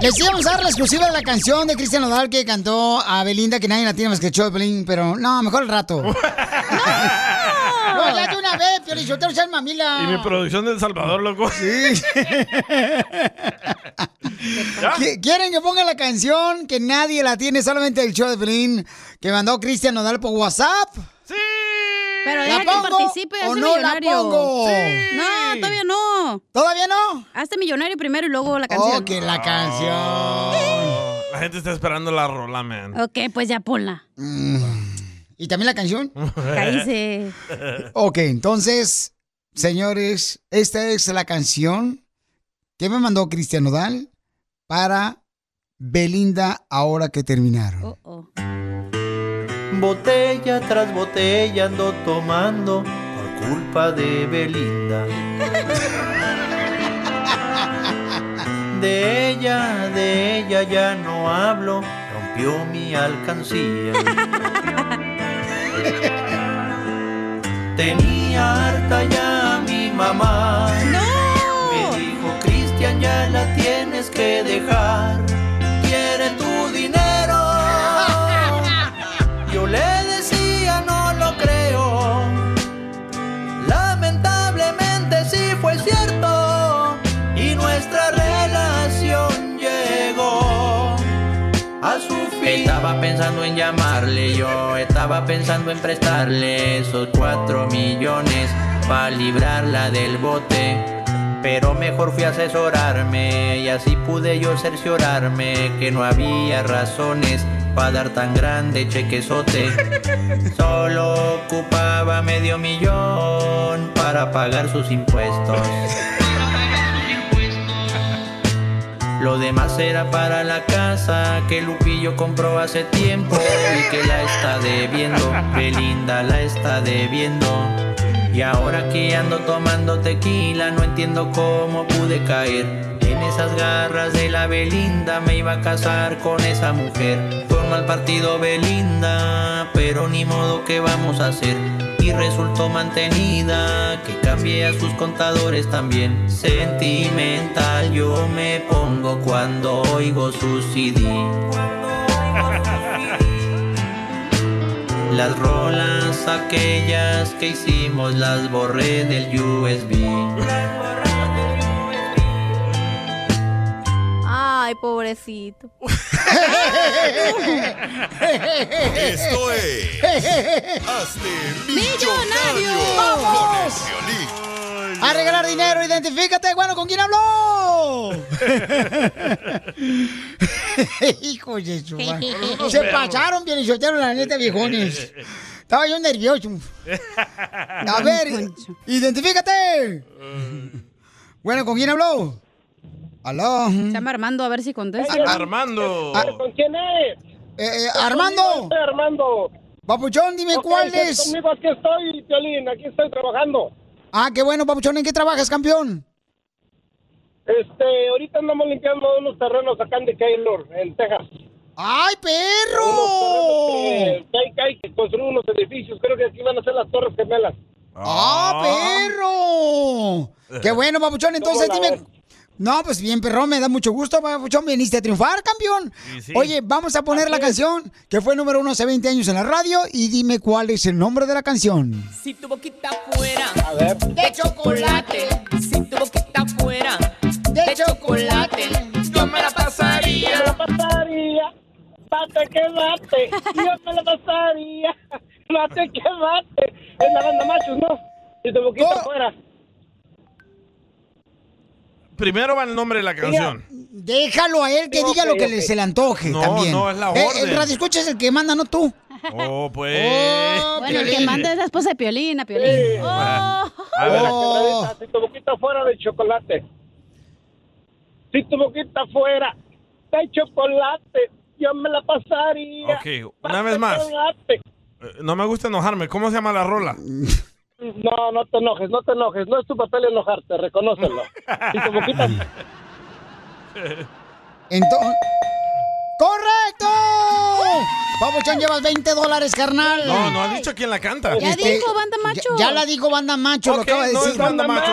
Les íbamos a dar la exclusiva de la canción de Cristian Nodal que cantó a Belinda, que nadie la tiene más que el show de Piolín, pero no, mejor el rato. ¡No! ya de una vez, Piolín, yo te voy a echar mamila. Y mi producción del Salvador, loco. Ah. Sí. ¿Qui- ¿Quieren que ponga la canción que nadie la tiene, solamente el show de Piolín, que mandó Cristian Nodal por WhatsApp? Pero ¿La deja que pongo participe, o hace no la millonario. pongo? No, todavía no, no. ¿Todavía no? Oh, Hazte millonario primero y luego la canción. que la canción. Ah. La gente está esperando la rola, man. Ok, pues ya ponla. Mm. ¿Y también la canción? Caíse. Ok, entonces, señores, esta es la canción que me mandó Cristian Nodal para Belinda ahora que terminaron. Botella tras botella ando tomando por culpa de Belinda. De ella, de ella ya no hablo, rompió mi alcancía. Tenía harta ya a mi mamá. Me dijo, Cristian, ya la tienes que dejar. Quiere tu dinero. Yo le decía, no lo creo. Lamentablemente sí fue cierto. Y nuestra relación llegó a su fin. Estaba pensando en llamarle yo. Estaba pensando en prestarle esos cuatro millones. Para librarla del bote. Pero mejor fui a asesorarme y así pude yo cerciorarme que no había razones para dar tan grande chequezote. Solo ocupaba medio millón para pagar sus impuestos. Lo demás era para la casa que Lupillo compró hace tiempo y que la está debiendo. Belinda la está debiendo. Y ahora que ando tomando tequila, no entiendo cómo pude caer. En esas garras de la Belinda me iba a casar con esa mujer. Fue un mal partido Belinda, pero ni modo que vamos a hacer. Y resultó mantenida, que cambié a sus contadores también. Sentimental yo me pongo cuando oigo su CD. Las rolas aquellas que hicimos las borré del USB. Ay, pobrecito. Esto es. Hazte millonario. ¡Vamos! A regalar dinero, identifícate, bueno, ¿con quién habló? Hijo de su madre. Se pasaron bien y soltaron la neta, viejones. Estaba yo nervioso. A ver, identifícate. Bueno, ¿con quién habló? Aló. Se llama Armando, a ver si contesta. Ah, ah. Armando. ¿Con quién es? Armando. Armando. Papuchón, dime Ok, cuál sí, es. Conmigo aquí estoy, Piolín, aquí estoy trabajando. Ah, qué bueno, Papuchón, ¿en qué trabajas, campeón? Este, ahorita andamos limpiando unos terrenos acá en Decatur, en Texas. ¡Ay, perro! Unos terrenos que, que hay que construir unos edificios, creo que aquí van a ser las Torres Gemelas. ¡Ah, perro! Qué bueno, Papuchón, entonces ¿Cómo la dime. No, pues bien, perro, me da mucho gusto, Papuchón, viniste a triunfar, campeón. Sí, sí. Oye, vamos a poner la canción que fue número uno hace 20 años en la radio y dime cuál es el nombre de la canción. Si tu boquita fuera de chocolate, si tu boquita fuera de chocolate, yo me la pasaría. Me la pasaría, mate que mate, yo me la pasaría, mate que mate. Es la banda machos, ¿no? Si tu boquita fuera. Primero va el nombre de la canción. Déjalo a él que Ok, diga lo que ok. le, se le antoje No, también. no, es la Eh, orden. el radio escucha es el que manda, no tú. Oh, pues. Bueno, el que manda es la esposa de Piolín, a Piolín. Oh. A ver. Oh. Quebradita, Si tu boquita fuera de chocolate, si tu boquita fuera de chocolate, yo me la pasaría. Ok, una vez más. Eh, Chocolate. No me gusta enojarme. ¿Cómo se llama la rola? No, no te enojes, no te enojes. No es tu papel enojarte, reconócelo. Si tu boquita Entonces. ¡Correcto! Papuchón, llevas 20 dólares, carnal. No, no ha dicho quién la canta. Este, ya- Ya, la dijo Banda Macho, Ok, lo acaba de no es decir. Banda Macho. es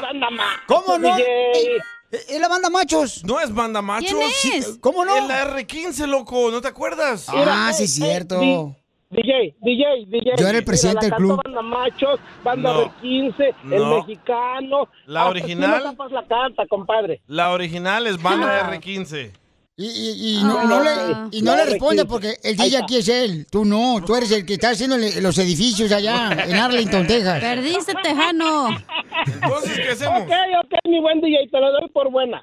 banda macho. ¿Cómo no? DJ. Eh, eh, Es la Banda Machos. No es Banda Macho. ¿Quién sí, es? ¿Cómo no? Es la R15, loco. ¿No te acuerdas? Ah, sí, es cierto. eh, DJ, DJ, DJ. Yo era el presidente Mira, la del club. cantó Banda Machos, Banda No. del 15, No. El Mexicano. La Ah, pues, original. tú no tapas la canta, compadre. La original es Banda Ah. R15. Y, y- y no, no Ah. le, y no le responde porque el DJ aquí es él. Tú no, tú eres el que está haciendo le- los edificios allá en Arlington, Texas. Perdiste, Tejano. Entonces, ¿qué hacemos? Ok, ok, mi buen DJ, te lo doy por buena.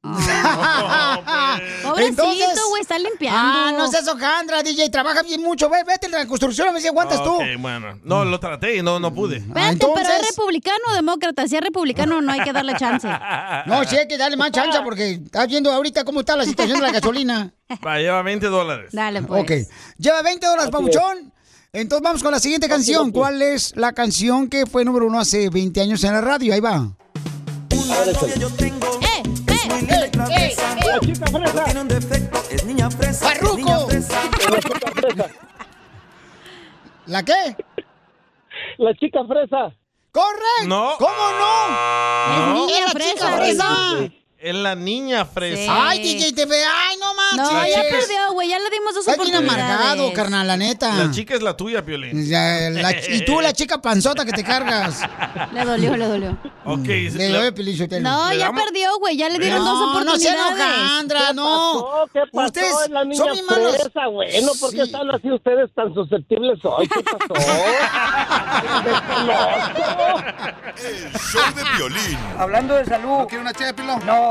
Pobrecito, güey, está limpiando. Ah, no seas hojandra, DJ, trabaja bien mucho. Ve, vete a la construcción, a ver si aguantas tú. Ah, Mm. Ok, bueno. No, lo traté y no, no pude. Espérate, pero es republicano o demócrata. Si es republicano, no hay que darle chance. No, sí hay que darle más chance porque estás viendo ahorita cómo está la situación de la gasolina. Va, lleva 20 dólares. Dale, pues. Ok. Lleva 20 dólares, Así es. pabuchón. Entonces vamos con la siguiente canción. ¿Cuál es la canción que fue número uno hace 20 años en la radio? Ahí va. Tiene un defecto, es niña fresa. ¡Farruco! es niña fresa. ¿La qué? La chica fresa. ¡Correcto! No. Ah, ¿Cómo No. no? ¡Es la chica fresa! Es la niña fresa. Ay, DJ TV, ay, no manches. No, ya perdió, güey. Ya le dimos dos Está bien oportunidades. amargado, carnal, la neta. La chica es la tuya, Piolín. Ya, la ch- y tú, la chica panzota que te cargas. Le dolió, le dolió. Ok. Le la- doy Piolín Sotelo. No, ya perdió, güey. Ya le dieron dos No, no oportunidades. sea enojandra, no. ¿Qué pasó? Ustedes Es la niña son bien malos. fresa, bueno, ¿por qué Sí. están así ustedes tan susceptibles hoy? ¿Qué pasó? Show de violín. Hablando de salud. ¿No quiere una ché de pilón? No.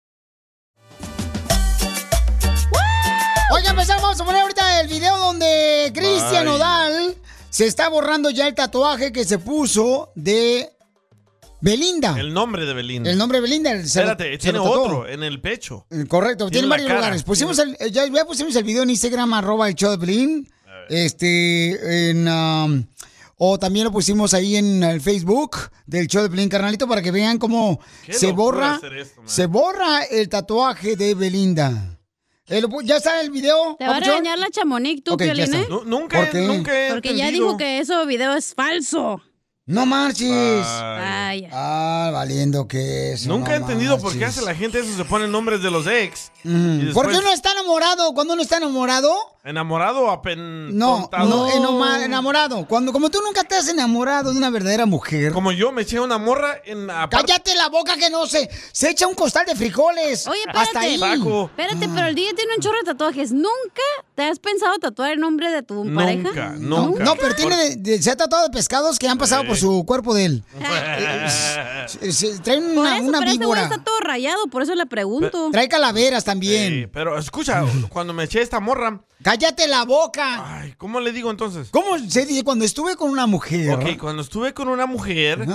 Oigan, pues vamos a poner ahorita el video donde Cristian Ay. Odal se está borrando ya el tatuaje que se puso de Belinda. El nombre de Belinda. El nombre de Belinda. el- se lo- Espérate, se tiene lo tatuó. otro en el pecho. Correcto, Tiene tiene la varios cara, lugares. pues, Pusimos el, eh, ya, ya pusimos el video en Instagram, arroba el show de Pelín. Este, en, um, o también lo pusimos ahí en el Facebook del show de Pelín, carnalito, para que vean cómo Qué se locura borra, hacer esto, man. se borra el tatuaje de Belinda. Eh, lo pu- ¿Ya está el video? Te va a papuchón? regañar la chamonique, tú, Ok, ya Piolín, está. ¿eh? Nu- nunca he- ¿Por qué? nunca he Porque ya entendido. dijo que eso video es falso. No marches. Ay. Ah, valiendo que es. Nunca he entendido por qué hace la gente eso, se ponen nombres de los ex. y después- Mm. ¿Por qué uno está enamorado? Cuando uno está enamorado, ¿Enamorado o apen... No, eh, tontado? no, enoma- enamorado. Cuando, como tú nunca te has enamorado de una verdadera mujer. Como yo me eché una morra en... aparte- Cállate la boca que no se, se echa un costal de frijoles. Oye, Hasta espérate. ahí. Ah. Espérate, pero el DJ tiene un chorro de tatuajes. ¿Nunca te has pensado tatuar el nombre de tu pareja? nunca. No, pero tiene, de- de- se ha tratado de pescados que han pasado por su cuerpo de él. Eh, Se- se- traen Por una, eso, una pero este güey víbora. está todo rayado, por eso le pregunto. Trae calaveras también. Sí, pues. pero escucha, cuando me eché esta morra... ¡Cállate la boca! Ay, ¿cómo le digo entonces? ¿Cómo se dice cuando estuve con una mujer? Ok, cuando estuve con una mujer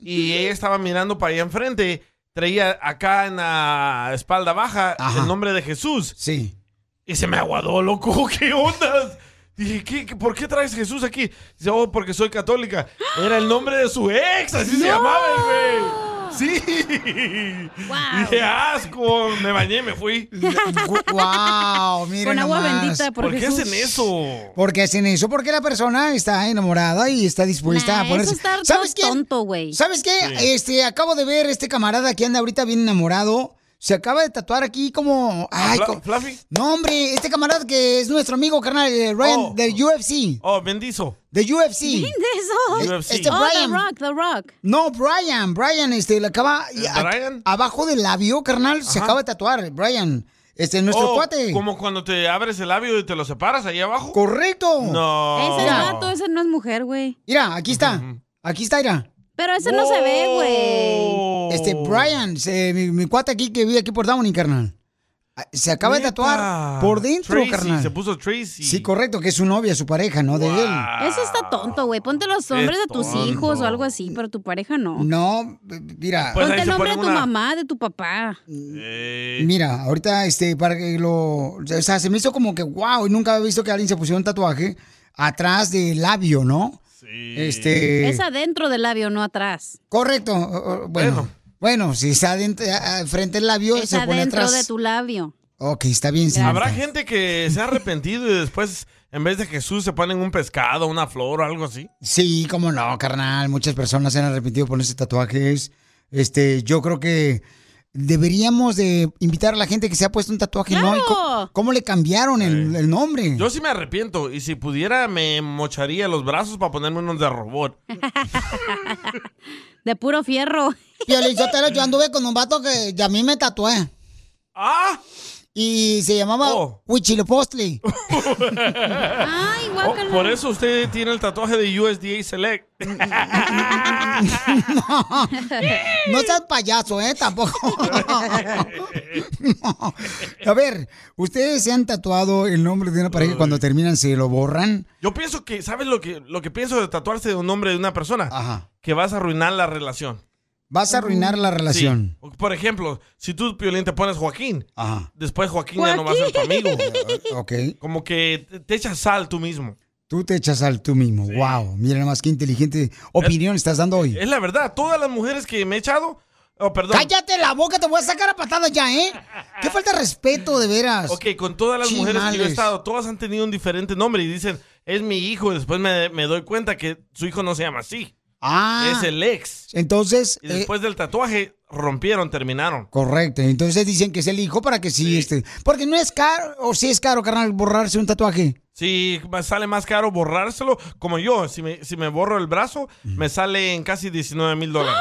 y ella estaba mirando para allá enfrente, traía acá en la espalda baja el nombre de Jesús. Sí. Y se me aguadó, loco, ¿qué onda? Dije, ¿qué, qué- por qué traes Jesús aquí? Dice, oh, porque soy católica. Era el nombre de su ex, así se ¡No! llamaba el güey. Sí. Y Dije, asco, me bañé y me fui. wow, mira Con agua nomás. bendita por ¿Por qué Jesús. hacen eso? Porque hacen eso porque la persona está enamorada y está dispuesta Nah, a ponerse. eso está todo ¿Sabes qué? tonto, güey. ¿Sabes qué? Sí. Este, acabo de ver este camarada que anda ahorita bien enamorado. Se acaba de tatuar aquí como. Ay, Fla- co- Fluffy. No, hombre, este camarada que es nuestro amigo, carnal, eh, Ryan, del UFC. Oh, bendizo. De UFC. Eso. UFC. Este oh, Brian. The Rock, The Rock. No, Brian, Brian, este, le acaba. ¿El y a- Brian? Abajo del labio, carnal, se Ajá. acaba de tatuar, Brian. Este, nuestro Oh, cuate. Como cuando te abres el labio y te lo separas ahí abajo. Correcto. No. Ese es vato, ese no es mujer, güey. Mira, aquí está. Aquí está, mira. Pero ese no se ve, güey. Oh. Este, Brian, se- mi, mi cuate aquí que vive aquí por Downey, carnal. Se acaba de Neta. tatuar por dentro, Tracy, carnal. Se puso Tracy. Sí, correcto, que es su novia, su pareja, ¿no? De él. Eso está tonto, güey. Ponte los Qué nombres de tus tonto. hijos o algo así, pero tu pareja no. No, mira. Pues Ponte el nombre de tu mamá, de tu papá. Eh. Mira, ahorita, este, para que lo. O sea, se me hizo como que, wow, nunca había visto que alguien se pusiera un tatuaje atrás del labio, ¿no? Sí. Este. Es adentro del labio, no atrás. Correcto. o- o- Bueno. Bueno, si está adentro, a- a- frente al labio, Es se pone adentro atrás. de tu labio. Ok, está bien, señorita. Habrá gente que se ha arrepentido y después, en vez de Jesús, se ponen un pescado, una flor o algo así. Sí, cómo no, carnal. Muchas personas se han arrepentido por esos tatuajes. Este, yo creo que deberíamos de invitar a la gente que se ha puesto un tatuaje, ¿no? ¿Y co- ¿Cómo, le cambiaron el, el nombre? Yo sí me arrepiento y si pudiera me mocharía los brazos para ponerme unos de robot. De puro fierro. Piolichotelo, yo anduve con un vato que ya a mí me tatué. ¡Ah! Oh. Y se llamaba Huichilopostli. Ay, guácala. Por eso usted tiene el tatuaje de USDA Select. no, no seas payaso, ¿eh? Tampoco. No. A ver, ¿ustedes se han tatuado el nombre de una pareja y cuando terminan se lo borran? Yo pienso que, ¿sabes lo que, lo que pienso de tatuarse de un nombre de una persona? Que vas a arruinar la relación. Vas a arruinar la relación. Sí. Por ejemplo, si tú, Piolín, te pones Joaquín, después Joaquín, ya no va a ser tu Joaquín. amigo. Ok. Como que te- te echas sal tú mismo. Tú te echas al tú mismo. Wow, mira nomás qué inteligente opinión estás dando hoy. Es la verdad, todas las mujeres que me he echado... Oh, perdón. Cállate la boca, te voy a sacar a patadas ya, ¿eh? Qué falta de respeto, de veras. Ok, con todas las mujeres que yo he Chimales. estado, todas han tenido un diferente nombre y dicen, es mi hijo, y después me, me doy cuenta que su hijo no se llama así. Ah. Eh. Es el ex. Entonces, Y eh, después del tatuaje, rompieron, terminaron. correcto. Entonces dicen que es el hijo para que sí, este. Porque no es caro, o sí es caro, carnal, borrarse un tatuaje. Sí, me sale más caro borrárselo, como yo, si me, si me borro el brazo, me sale en casi 19 mil dólares.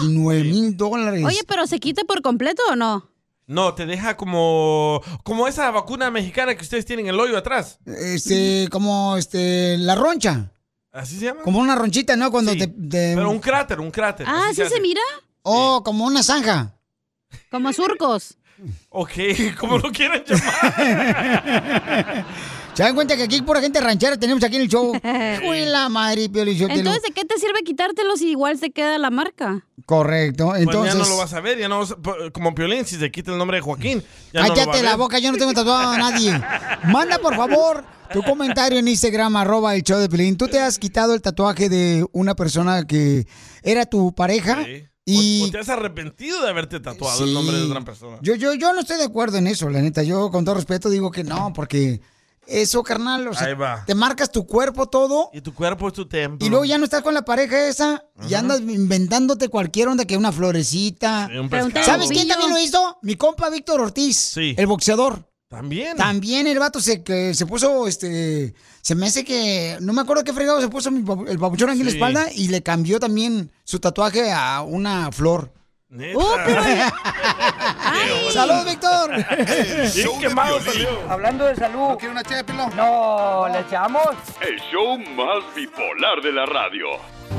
19 mil dólares. Oye, pero ¿se quita por completo o no? No, te deja como, como esa vacuna mexicana que ustedes tienen en el hoyo atrás. Este, como este, la roncha. ¿Así se llama? Como una ronchita, ¿no? Cuando te, te- Pero un cráter, un cráter. así hace. mira? Oh, como una zanja. Como surcos. Ok, como lo quieran llamar. ¿Se dan cuenta que aquí pura gente ranchera tenemos aquí en el show? Uy, la madre, Piolichotelo. Entonces, ¿de qué te sirve quitártelo si igual se queda la marca? Correcto, entonces... Pues ya no lo vas a ver, ya no vas a- como Piolín, si se quita el nombre de Joaquín. Ya no lo va a Cállate ver. la boca, yo no tengo tatuado a nadie. Manda, por favor, tu comentario en Instagram, arroba el show de Pelín. ¿Tú te has quitado el tatuaje de una persona que era tu pareja? Y... Y- O, te has arrepentido de haberte tatuado el nombre de otra persona. Yo, yo, yo no estoy de acuerdo en eso, la neta. Yo, con todo respeto, digo que no, porque eso, carnal, o sea, Ahí va. te marcas tu cuerpo todo Y tu cuerpo es tu templo. y luego ya no estás con la pareja esa y andas inventándote cualquier onda que una florecita. Sí, un pescado. ¿Sabes quién también lo hizo? Mi compa Víctor Ortiz, el boxeador. También. También el vato se, que se puso, este, se me hace que, no me acuerdo qué fregado se puso mi papu- el papuchón aquí en la Sí. espalda y le cambió también su tatuaje a una flor. Neta. ¡Salud, Víctor! show de Piolín. Hablando de salud. ¿No quiere una ché, No, ¿le echamos? El show más bipolar de la radio.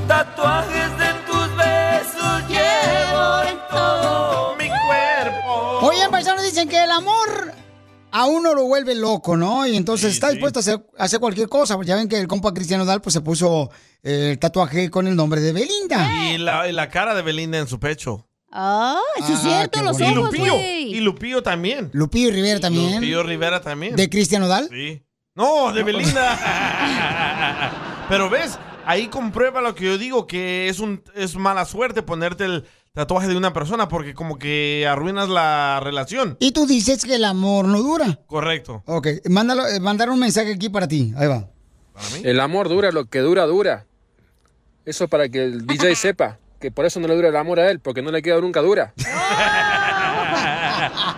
Tatuajes de tus besos llevo en todo mi cuerpo. Oye, personas dicen que el amor a uno lo vuelve loco, ¿no? Y entonces está dispuesto a hacer, a hacer cualquier cosa. Ya ven que el compa Cristiano Dal pues, se puso eh, el tatuaje con el nombre de Eh, Belinda. Y la, y la cara de Belinda en su pecho. Ah, sí es cierto, los Y ojos, Lupillo. güey. Y Lupillo también. Lupillo Rivera también. Lupillo Rivera también. ¿De Cristiano Dal? Sí. No, de Belinda. Pero ves, ahí comprueba lo que yo digo, que es un es mala suerte ponerte el tatuaje de una persona porque como que arruinas la relación. Y tú dices que el amor no dura. Correcto. Ok, mándalo, eh, mandar un mensaje aquí para ti. Ahí va. El amor dura lo que dura, dura. Eso para que el DJ sepa que por eso no le dura el amor a él, porque no le queda nunca dura.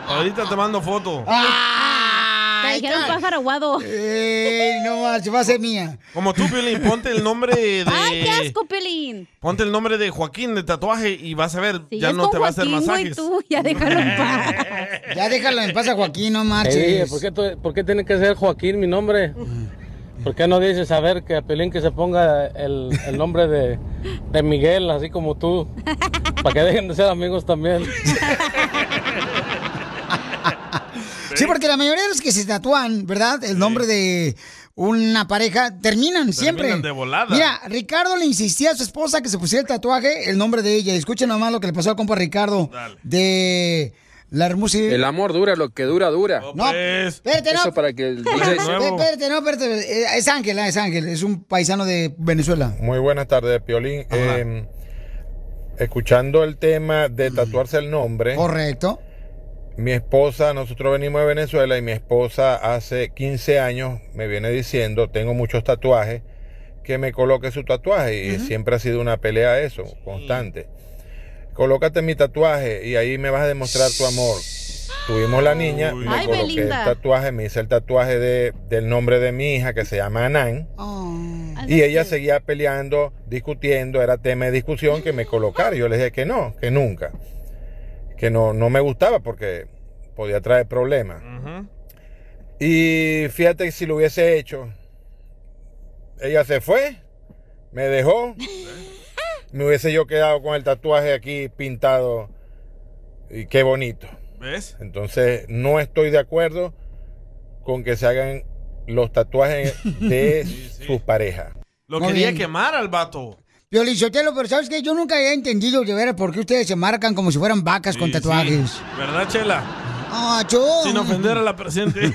Ahorita te mando foto. Ah, Te dijeron pájaro aguado. Ey, no más, va a ser mía. Como tú, Piolín, ponte el nombre de. Ay, qué asco, Pelín. Ponte el nombre de Joaquín de tatuaje y vas a ver, Si ya es no con te va a hacer Joaquín, güey, masajes. tú, ya déjalo en paz. Ya déjalo en paz a Joaquín, no Ey, marches. ¿por, qué, to- por qué tiene que ser Joaquín mi nombre? ¿Por qué no dices, a ver, que a Pelín que se ponga el, el nombre de, de Miguel, así como tú? Para que dejen de ser amigos también. Sí, porque la mayoría de los que se tatúan, ¿verdad? El nombre de una pareja terminan siempre. de volada. Mira, Ricardo le insistía a su esposa que se pusiera el tatuaje, el nombre de ella. Escuchen nomás lo que le pasó al compa Ricardo de la hermosa. El amor dura lo que dura, dura. No, espérate, no. Eso para que el DJ se- Espérate, espérate, no, espérate. Eh, Es Ángel, ah, es Ángel, es un paisano de Venezuela. Muy buenas tardes, Piolín. Eh, escuchando el tema de tatuarse el nombre. Correcto. Mi esposa, nosotros venimos de Venezuela y mi esposa hace 15 años me viene diciendo, tengo muchos tatuajes, que me coloque su tatuaje. Y siempre ha sido una pelea eso, constante. Colócate mi tatuaje y ahí me vas a demostrar tu amor. Tuvimos la niña, me Ay, coloqué Belinda. el tatuaje, me hice el tatuaje de- del nombre de mi hija que se llama Anán. Oh. Y ella seguía peleando, discutiendo, era tema de discusión que me colocara. Yo le dije que no, que nunca. Que no, no me gustaba porque podía traer problemas. Y fíjate que si lo hubiese hecho, ella se fue, me dejó, me hubiese yo quedado con el tatuaje aquí pintado y qué bonito. ¿Ves? Entonces no estoy de acuerdo con que se hagan los tatuajes de sus parejas. Lo Muy quería bien. quemar al vato. Piolichotelo, pero ¿sabes qué? Yo nunca he entendido de veras por qué ustedes se marcan como si fueran vacas con tatuajes. ¿Verdad, Chela? Ah, yo- Sin ofender a la presente.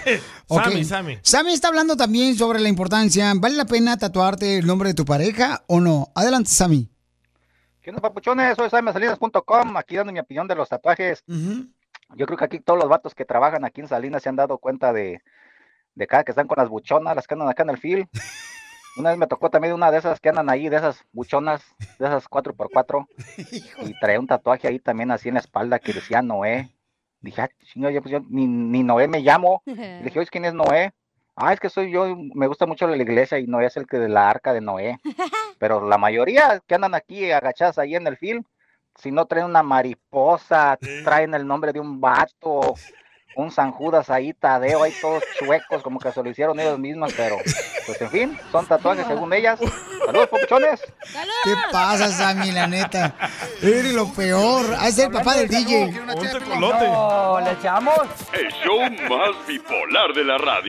Ok. Sammy, Sammy. Sammy está hablando también sobre la importancia. ¿Vale la pena tatuarte el nombre de tu pareja o no? Adelante, Sammy. ¿Qué onda, papuchones? Soy SamySalinas.com, aquí dando mi opinión de los tatuajes. Yo creo que aquí todos los vatos que trabajan aquí en Salinas se han dado cuenta de, de cada que están con las buchonas, las que andan acá en el field. Una vez me tocó también una de esas que andan ahí, de esas buchonas, de esas 4x4, y traía un tatuaje ahí también así en la espalda que decía Noé. Dije, ah, chinga, yo, pues yo ni, ni Noé me llamo. Y le dije, oye, ¿quién es Noé? Ah, es que soy yo, me gusta mucho la iglesia y Noé es el que de la arca de Noé. Pero la mayoría que andan aquí agachadas ahí en el film, si no traen una mariposa, traen el nombre de un vato, un San Judas ahí, Tadeo, ahí todos chuecos, como que se lo hicieron ellos mismos, pero pues en fin, son tatuajes según ellas. Saludos, popuchones. ¿Qué pasa, Sammy, la neta? Eres lo peor. Has de ser el papá del DJ. No, ¿le echamos? El show más bipolar de la radio.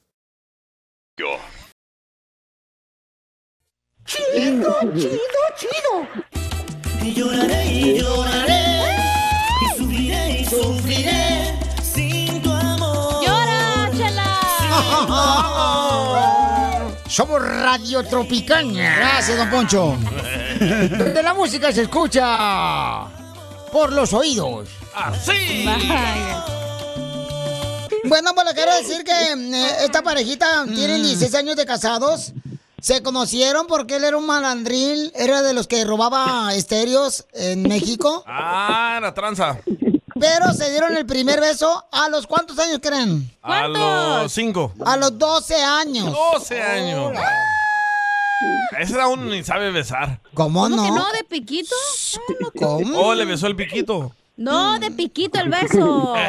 Chido, chido, chido. Y lloraré y lloraré. Y sufriré y sufriré. Sin tu amor. ¡Llora, chela! Somos Radio Tropicaña. Gracias, don Poncho. Donde la música se escucha por los oídos. Así. Bueno, pues le quiero decir que eh, esta parejita tiene 16 años de casados. Se conocieron porque él era un malandril, era de los que robaba estéreos en México. Ah, la tranza. Pero se dieron el primer beso a los cuántos años creen? A los cinco. A los 12 años. 12 años. Ese aún ni sabe besar. ¿Cómo ¿Cómo que no? ¿De piquito? Ah, ¿Cómo? Oh, le besó el piquito. No, de piquito el beso.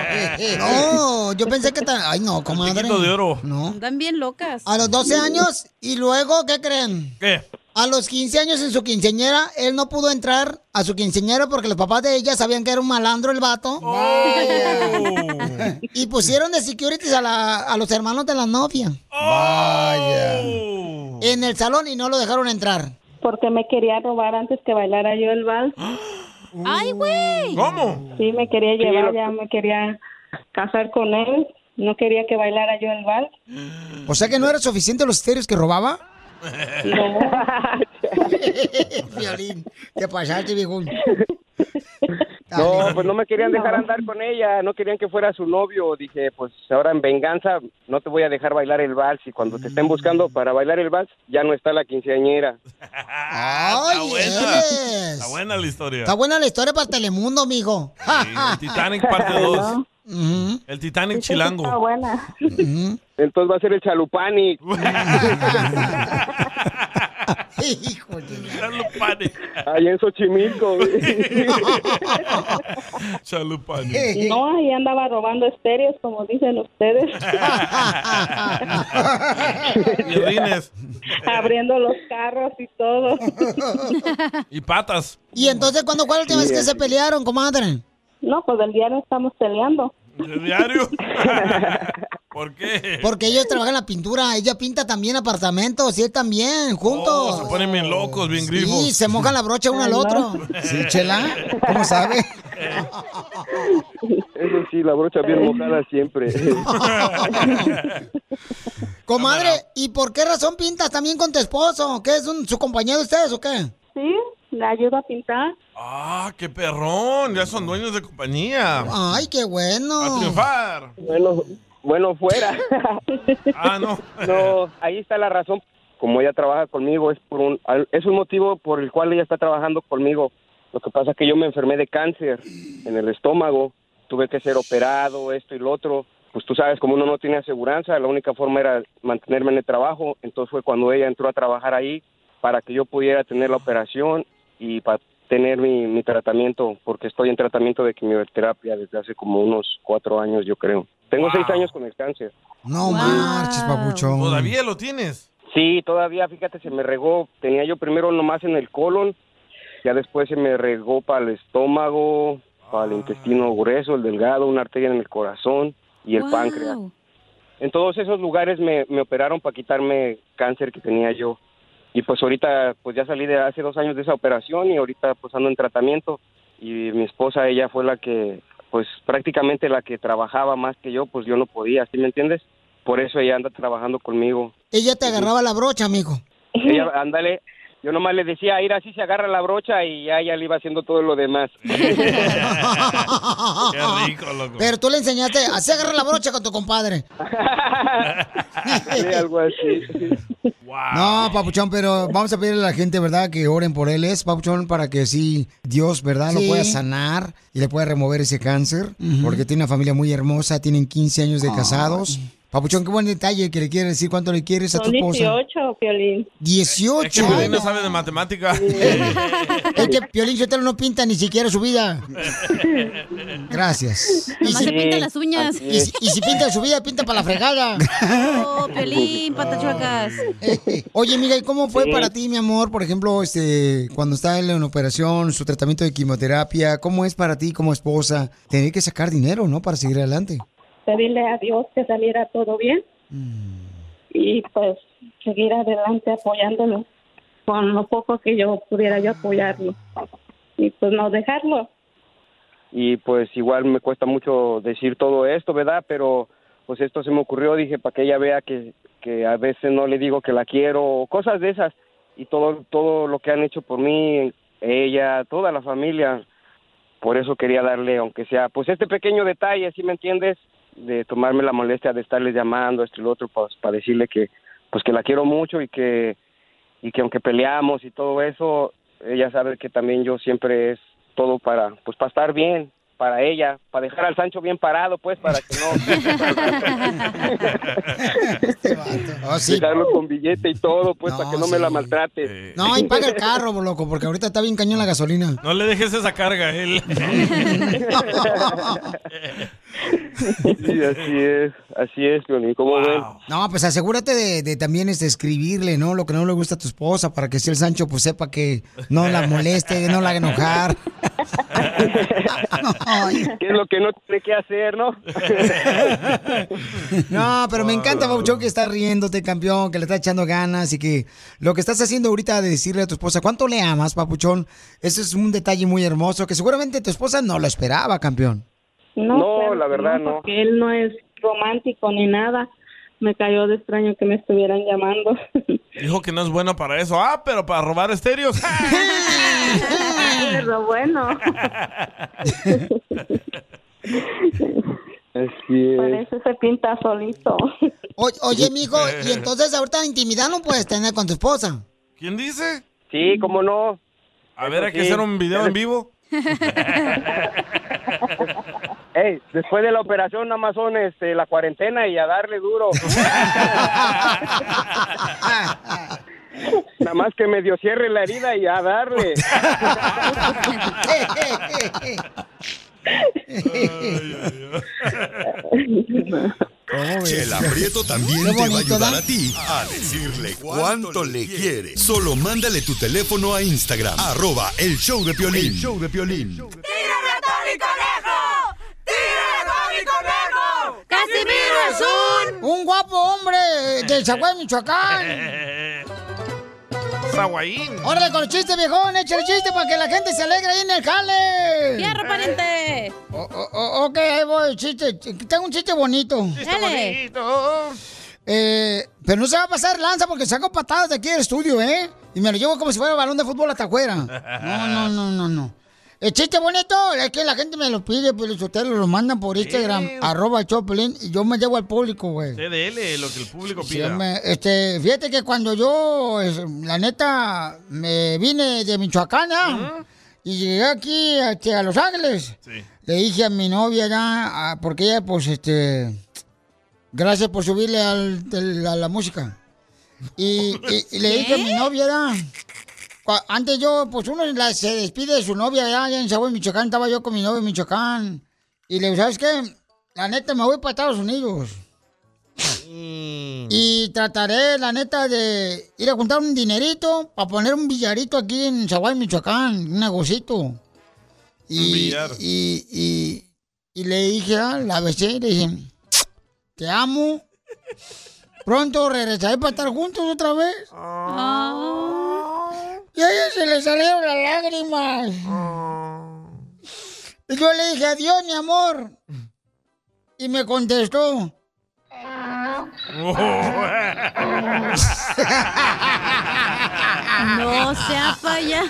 No, yo pensé que tan... Ay, no, comadre. Piquito de oro. No. Andan bien locas. A los 12 años y luego, ¿qué creen? ¿Qué? A los 15 años en su quinceñera, él no pudo entrar a su quinceñera porque los papás de ella sabían que era un malandro el vato. Oh. y pusieron de securities a, la- a los hermanos de la novia. Vaya. En el salón y no lo dejaron entrar. Porque me quería robar antes que bailara yo el vals. ¡Ah! ¡Ay, güey! ¿Cómo? Sí, me quería Sí, llevar, lo- ya me quería casar con él. No quería que bailara yo el vals. O sea que no era suficiente los estéreos que robaba. No. Violín, te pasaste, viejón. No, pues no me querían dejar andar con ella, no querían que fuera su novio. Dije, pues ahora en venganza no te voy a dejar bailar el vals y cuando te estén buscando para bailar el vals ya no está la quinceañera. Está buena. yes. Está buena la historia. Está buena la historia para Telemundo, mijo. El Titanic parte 2. El Titanic chilango. buena. Entonces va a ser el chalupani. Hijo de Ahí en Xochimilco. güey. Chalupani. Eh, No, ahí andaba robando estéreos, como dicen ustedes. Y rines. Abriendo los carros y todo. Y patas. ¿Y entonces cuándo fue la última vez que se pelearon, comadre? No, pues el diario estamos peleando. ¿El diario? ¿Por qué? Porque ellos trabajan la pintura, ella pinta también apartamentos y él también, Oh, se juntos. ponen bien locos, bien grifos. y se mojan la brocha uno al otro. Sí, chela, ¿cómo sabe? Eso sí, la brocha bien mojada siempre. Comadre, ¿y por qué razón pintas también con tu esposo? ¿Qué es un- su compañero de ustedes o qué? Sí, le ayudo a pintar. Ah, qué perrón. Ya son dueños de compañía. Ay, qué A bueno. triunfar. Bueno, bueno fuera. Ah, no. No, ahí está la razón. Como ella trabaja conmigo, es por un al- es un motivo por el cual ella está trabajando conmigo. Lo que pasa es que yo me enfermé de cáncer en el estómago, tuve que ser operado, esto y lo otro. Pues tú sabes, como uno no tiene aseguranza, la única forma era mantenerme en el trabajo. Entonces fue cuando ella entró a trabajar ahí para que yo pudiera tener la operación y para tener mi, mi tratamiento, porque estoy en tratamiento de quimioterapia desde hace como unos cuatro años, yo creo. Tengo seis años con el cáncer. No marches, papuchón. ¿Todavía lo tienes? Sí, todavía, fíjate, se me regó. Tenía yo primero nomás en el colon, ya después se me regó para el estómago, para el intestino grueso, el delgado, una arteria en el corazón y el páncreas. En todos esos lugares me, me operaron para quitarme cáncer que tenía yo. Y pues ahorita, pues ya salí de hace dos años de esa operación y ahorita pues ando en tratamiento. Y mi esposa, ella fue la que, pues prácticamente la que trabajaba más que yo, pues yo no podía, ¿sí me entiendes? Por eso ella anda trabajando conmigo. Ella te agarraba la brocha, mijo. Ella, ándale. Yo nomás le decía, ir así se agarra la brocha y ya ella le iba haciendo todo lo demás. Qué rico, loco. Pero tú le enseñaste, así agarra la brocha con tu compadre. algo así. Ah, No, Papuchón, pero vamos a pedirle a la gente, ¿verdad? Que oren por él, es Papuchón, para que sí, Dios, ¿verdad? Lo Sí. pueda sanar y le pueda remover ese cáncer, Ujú. porque tiene una familia muy hermosa, tienen 15 años de casados. Papuchón, qué buen detalle que le quieres decir cuánto le quieres a tu Son esposa. 18, Piolín. 18. Es que Piolín no sabe de matemática. Es que Piolín Sotelo no pinta ni siquiera su vida. Gracias. Nomás se pinta las uñas. Y, si- y si pinta su vida, pinta para la fregada. Oh, Piolín, patachuacas. Oye, amiga, ¿y cómo fue Sí. para ti, mi amor? Por ejemplo, este, cuando está él en operación, su tratamiento de quimioterapia, ¿cómo es para ti como esposa tener que sacar dinero, no, para seguir adelante? Pedirle a Dios que saliera todo bien. Mm. Y pues seguir adelante apoyándolo con lo poco que yo pudiera yo apoyarlo. Y pues no dejarlo. Y pues igual me cuesta mucho decir todo esto, ¿verdad? Pero pues esto se me ocurrió, dije, para que ella vea que, que a veces no le digo que la quiero, o cosas de esas. Y todo, todo lo que han hecho por mí, ella, toda la familia. Por eso quería darle, aunque sea, pues este pequeño detalle, ¿sí me entiendes? De tomarme la molestia de estarles llamando, esto y lo otro, pues para decirle que, pues que la quiero mucho y que y que aunque peleamos y todo eso, ella sabe que también yo siempre es todo para pues para estar bien para ella, para dejar al Sancho bien parado, pues, para que no... Dejarlo con billete y todo, pues, para que no me la maltrate. Eh, No, y paga el carro, loco, porque ahorita está bien cañón la gasolina. No le dejes esa carga a él. Sí, así es, así es, Piolín, ¿cómo ven? No, pues asegúrate de, de también este, escribirle, ¿no? Lo que no le gusta a tu esposa, para que si el Sancho pues sepa que no la moleste, no la haga enojar. ¿Qué es lo que no tiene que hacer, no? No, pero me encanta, Pabuchón, que estás riéndote, campeón, que le estás echando ganas y que lo que estás haciendo ahorita de decirle a tu esposa cuánto le amas, Papuchón, eso es un detalle muy hermoso que seguramente tu esposa no lo esperaba, campeón. No, No, claro la que verdad, no. no. Porque él no es romántico ni nada. me cayó de extraño que me estuvieran llamando. Dijo que no es bueno para eso. Ah, pero para robar estéreos. Ah, Pero bueno, Así por eso se pinta solito. O- oye, mijo, y entonces ahorita intimidad no puedes tener con tu esposa. ¿Quién dice? Sí, cómo no. A Eso ver, hay que sí. hacer un video en vivo. Ey, después de la operación Amazon, este, la cuarentena y a darle duro. Nada más que medio cierre la herida y a darle. Chela Prieto también te va a ayudar a ti a decirle cuánto le quiere. Solo mándale tu teléfono a Instagram, arroba el show de Piolín. El show de Piolín. ¡Casimiro es un... Un guapo hombre eh, del Zaguay, Michoacán. Saguayín. Órale con los chistes, viejón. Échale chiste para que la gente se alegre ahí en el jale. Eh. ¡Fierro, pariente! O- o- o- ok, ahí voy, chiste. Tengo un chiste bonito. Chiste Dale. Eh, pero no se va a pasar lanza porque saco patadas de aquí del estudio, ¿eh? Y me lo llevo como si fuera balón de fútbol hasta afuera. No, no, no, no, no. El chiste bonito es que la gente me lo pide, pero ustedes lo mandan por Instagram, arroba Choplin, y yo me llevo al público, güey. CDL, lo que el público Sí, pida. hombre, este, fíjate que cuando yo, es, la neta, me vine de Michoacán ¿ah? y llegué aquí este, a Los Ángeles, le dije a mi novia ya, ah, porque ella, pues, este, gracias por subirle al- del- a la música. Y, y- y le dije a mi novia ya, cua- antes yo, pues, uno la- se despide de su novia ya, ya en Sahuey, Michoacán, estaba yo con mi novia en Michoacán, y le digo, ¿sabes qué? La neta, me voy para Estados Unidos. Y trataré, la neta, de ir a juntar un dinerito para poner un billarito aquí en Zaguay, Michoacán, un negocito. Un Y, billar. y, y, y le dije, a la besé, le dije, te amo. Pronto regresaré para estar juntos otra vez. Y a ella se le salieron las lágrimas. Y yo le dije, adiós, mi amor. Y me contestó, No sea falla.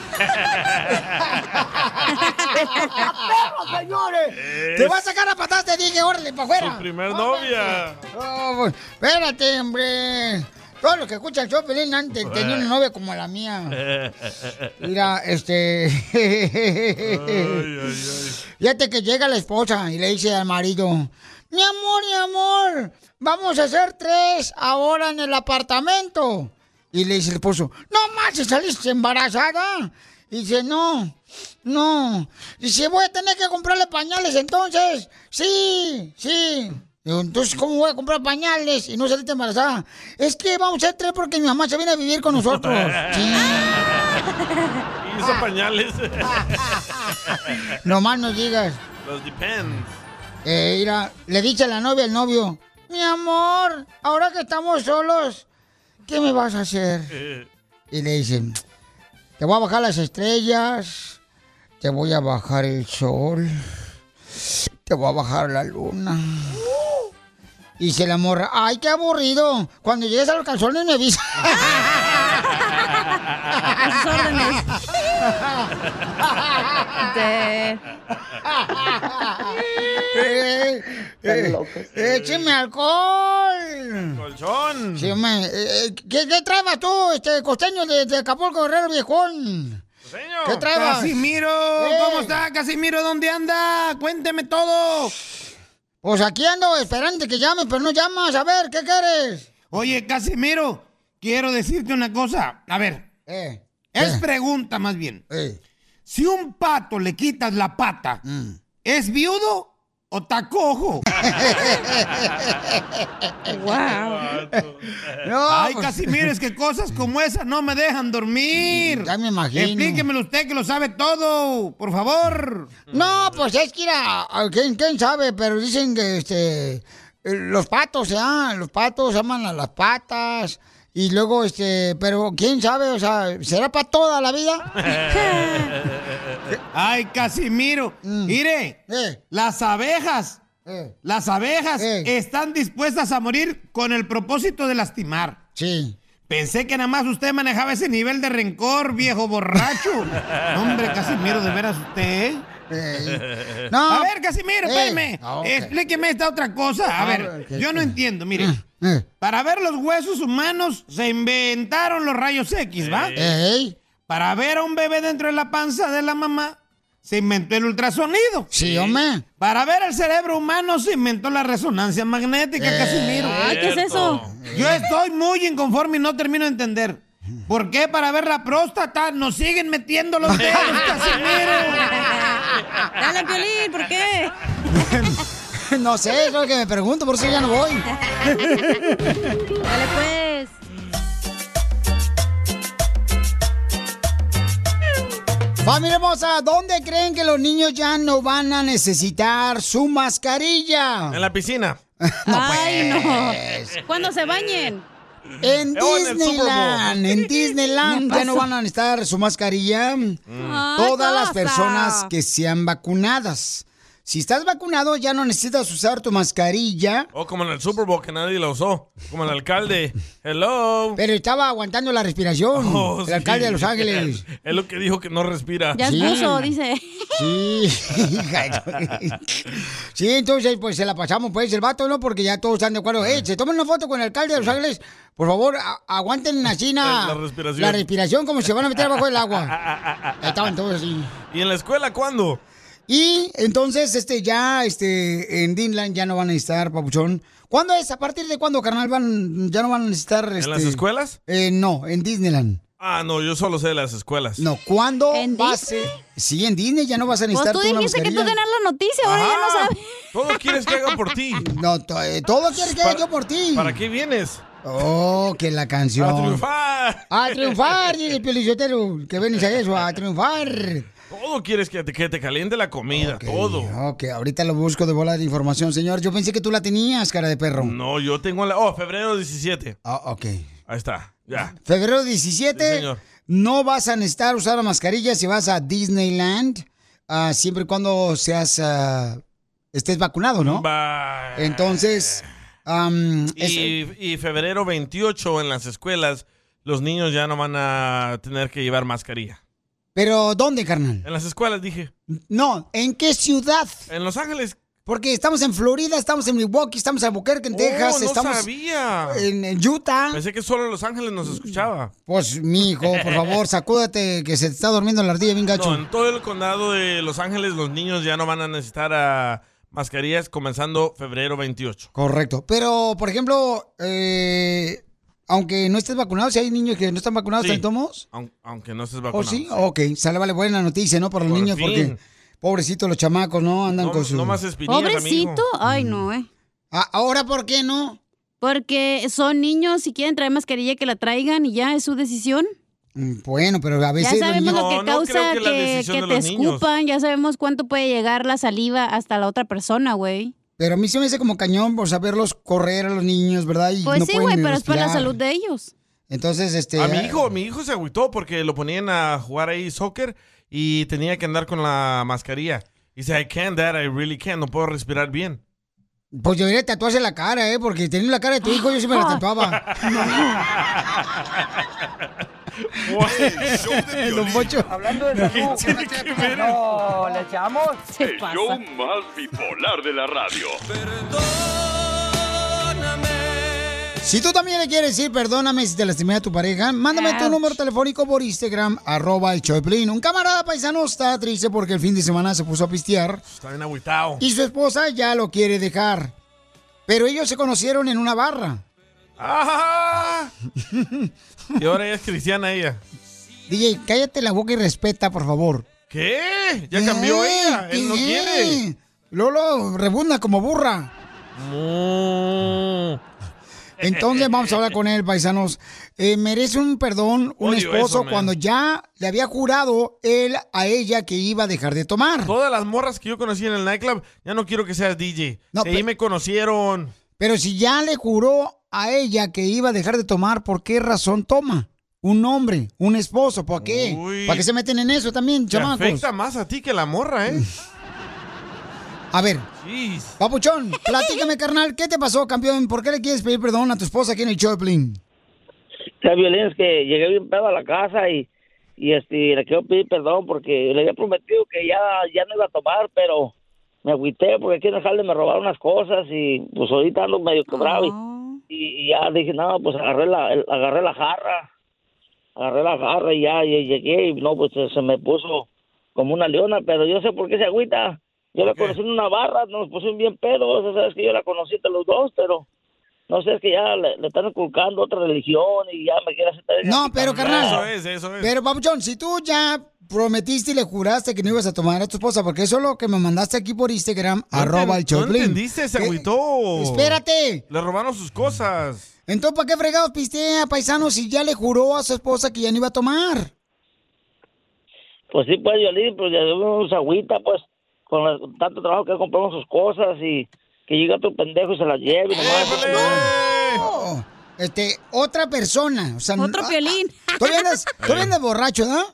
¡Perro, señores! Te va a sacar a patadas, te dije, órale, para afuera. Su primer novia. No, pues, espérate, hombre. Todos los que escuchan el show, Pelín, antes tenía una novia como la mía. Mira, este. Fíjate que llega la esposa y le dice al marido: Mi amor, mi amor, vamos a hacer tres ahora en el apartamento. Y le dice el esposo: No más, si saliste embarazada. Y dice: No, no. Dice: Voy a tener que comprarle pañales entonces. Sí, sí. Digo, entonces, ¿cómo voy a comprar pañales y no saliste embarazada? Es que vamos a hacer tres porque mi mamá se viene a vivir con nosotros. Hizo pañales. Nomás nos digas. Los Pues depends. Eh, mira, le dice a la novia al novio, mi amor, ahora que estamos solos, ¿qué me vas a hacer? Y le dicen, te voy a bajar las estrellas, te voy a bajar el sol, te voy a bajar la luna. Y se la morra, ay, qué aburrido, cuando llegues a los calzones me avisa. A sus órdenes. Eh, eh, ¡Écheme alcohol! Colchón. Sí, hombre. Eh, eh, ¿Qué, qué traebas tú, este costeño de, de Acapulco, Guerrero Viejón? ¿Qué Eh. traebas? Casimiro, ¿cómo está? Casimiro, ¿dónde anda? Cuénteme todo. Pues aquí ando esperando que llame, pero no llamas. A ver, ¿qué quieres? Oye, Casimiro, quiero decirte una cosa. A ver, Eh, es pregunta más bien. Si un pato le quitas la pata, Mm. ¿es viudo o tacojo? Ay, pues- Casimiro, es que cosas como esas no me dejan dormir. Ya me imagino. Explíquemelo usted que lo sabe todo, por favor. No, pues es que era, a- ¿quién, quién sabe? Pero dicen que este, eh, los patos, ya, los patos aman a las patas. Y luego, este, pero quién sabe, o sea, ¿será para toda la vida? Mm. Eh. Ay, Casimiro, mire, las abejas Las abejas están dispuestas a morir con el propósito de lastimar. Sí. Pensé que nada más usted manejaba ese nivel de rencor, viejo borracho. No, Hombre, Casimiro, de veras usted. ¿eh? No. A ver, Casimiro, Eh. espérame. Ah, ok. Ah, Explíqueme esta otra cosa. A A ver, ver, ¿qué- yo no qué? entiendo, mire. Eh, Para ver los huesos humanos se inventaron los rayos X, ¿va? Eh. Para ver a un bebé dentro de la panza de la mamá se inventó el ultrasonido. Sí, hombre. Para ver el cerebro humano se inventó la resonancia magnética, Eh, Casimiro. ay, ¿qué es eso? Yo estoy muy inconforme y no termino de entender. ¿Por qué para ver la próstata nos siguen metiendo los dedos, Casimiro? Dale, Piolín, ¿por qué? no sé, es lo que me pregunto, por eso ya no voy. Dale pues. Familia hermosa, ¿dónde creen que los niños ya no van a necesitar su mascarilla? pues. En la piscina. Ay, no. Cuando se bañen. En Oh, Eh, o en el Disneyland, en Ya Disneyland pasó. ya no van a necesitar su mascarilla. Mm. Todas las cosa. personas que sean vacunadas. Si estás vacunado ya no necesitas usar tu mascarilla. O como en el Super Bowl que nadie la usó. Como el alcalde. Hello. Pero estaba aguantando la respiración. Oh, el sí. alcalde de Los Ángeles. Es lo que dijo que no respira. Ya es Sí. buzo, dice. Sí, hija de- sí, entonces pues se la pasamos pues el vato, ¿no? Porque ya todos están de acuerdo. Eh, se toman una foto con el alcalde de Los Ángeles. Por favor, a- aguanten así na- La respiración. la respiración como si se van a meter abajo del Ah, agua. Ahí Estaban todos así. ¿Y en la escuela cuándo? Y entonces, este, ya, este, en Disneyland ya no van a necesitar, papuchón. ¿Cuándo es? ¿A partir de cuándo, carnal, van, ya no van a necesitar, este... las escuelas? Eh, no, en Disneyland. Ah, no, yo solo sé de las escuelas. No, ¿cuándo vas a- Sí, en Disney ya no vas a Pues necesitar tú tú una dijiste que tú mascarilla. tenías la noticia, ahora ya no sabes. Todo quieres que haga por ti. No, to- eh, todo quieres que haga yo por ti. ¿Para qué vienes? Oh, que la canción. A triunfar. A triunfar, dice el piolichotero, que venís a eso, a triunfar. Todo quieres que te, que te caliente la comida, todo. Ok, ahorita lo busco de bola de información, señor. Yo pensé que tú la tenías, cara de perro. No, yo tengo la. Oh, febrero 17. Ah, ok. Ahí está, ya. Febrero 17, Sí, señor. no vas a necesitar usar la mascarilla si vas a Disneyland, ah, siempre y cuando seas, ah, estés vacunado, ¿no? Entonces, am, es- Y, y febrero 28 en las escuelas, los niños ya no van a tener que llevar mascarilla. pero ¿dónde, carnal? En las escuelas dije. No, ¿en qué ciudad? En Los Ángeles. Oh, Porque estamos en Florida, estamos en Milwaukee, estamos en Albuquerque, en Texas, no estamos sabía. en en Utah. Pensé que solo Los Ángeles nos escuchaba. Pues, mijo, por favor, sacúdate que se te está durmiendo la ardilla bien gacho. No, en todo el condado de Los Ángeles los niños ya no van a necesitar ah, mascarillas comenzando febrero 28. Correcto. Pero, por ejemplo, eh, aunque no estés vacunado, si hay niños que no están vacunados, Sí. ¿están tomos? Aun- Aunque no estés ¿O vacunado. Oh, sí? Ok, sale, vale, buena noticia, ¿no? Para los niños, fin. porque pobrecitos los chamacos, ¿no? Andan con su... Pobrecito. Ay, no, eh. Ah, ¿Ahora por qué no? Porque son niños, si quieren traer mascarilla, que la traigan y ya es su decisión. Mm, Bueno, pero a veces... los ya sabemos niños- lo que causa que, que te escupan, ya sabemos cuánto puede llegar la saliva hasta la otra persona, güey. Pero a mí se me hace como cañón por saberlos correr a los niños, ¿verdad? Y Pues no sí, pueden güey, ni pero es por la respirar. salud de ellos. Entonces, este... A mi hijo, mi hijo se agüitó porque lo ponían a jugar ahí soccer y tenía que andar con la mascarilla. Dice, I can't that, I really can't, no puedo respirar bien. Pues debería tatuarse la cara, ¿eh? Porque teniendo la cara de tu hijo, yo sí me la tatuaba. Don Pocho. Hablando de salud, No, ¿le echamos? El show más bipolar de la radio. Si tú también le quieres decir perdóname si te lastimé a tu pareja, mándame tu número telefónico por Instagram, arroba el Choplin. Un camarada paisano está triste porque el fin de semana se puso a pistear Está bien agüitado. y su esposa ya lo quiere dejar. Pero ellos se conocieron en una barra. Y ahora ella es cristiana ella. DJ, cállate la boca y respeta, por favor. ¿Qué? Ya cambió Ey, ella, él no ey. quiere. ¡Eh, Lolo rebunda como burra. Entonces vamos a hablar con él, paisanos. Eh, merece un perdón un Odio esposo eso, man. cuando ya le había jurado él a ella que iba a dejar de tomar. Todas las morras que yo conocí en el nightclub, ya no quiero que seas DJ. Si ahí me conocieron. Pero si ya le juró a ella que iba a dejar de tomar, ¿por qué razón toma? Un hombre, un esposo, ¿por qué? ¿Para qué se meten en eso también, Te chamacos? afecta más a ti que la morra, ¿eh? A ver, Papuchón, platícame, carnal, ¿qué te pasó, campeón? ¿Por qué le quieres pedir perdón a tu esposa aquí en el Choplin? La violencia es que llegué bien pedo a la casa y, y este, le quiero pedir perdón porque le había prometido que ya, ya no iba a tomar, pero me agüité porque aquí en el jale me robaron las cosas y pues ahorita ando medio quebrado y, y- y ya dije, no, pues agarré la, el- agarré la jarra, agarré la jarra y ya y llegué y no, pues se, se me puso como una leona, pero yo sé por qué se agüita. Yo la conocí en una barra, nos pusimos bien pedos, o sea, sabes que yo la conocí entre los dos, pero no sé, es que ya le, le están inculcando otra religión y ya me quiere hacer... No, pero carnal. Eso es, eso Pero, Papuchón, si tú ya prometiste y le juraste que no ibas a tomar a tu esposa, porque eso es lo que me mandaste aquí por Instagram, arroba el ¿No Choplin. entendiste? Se ¿Qué? agüitó. Espérate. Le robaron sus cosas. Entonces, ¿para qué fregados pistea, paisano, si ya le juró a su esposa que ya no iba a tomar? Pues sí, pues Violín, pues ya unos agüita, pues, con la- tanto trabajo que compramos sus cosas y que llega otro pendejo y se las lleve. pues, nomás. ¡Eh! No. Este, otra persona, o sea... Otro violín. Todavía andas, todavía andas borracho, ¿no?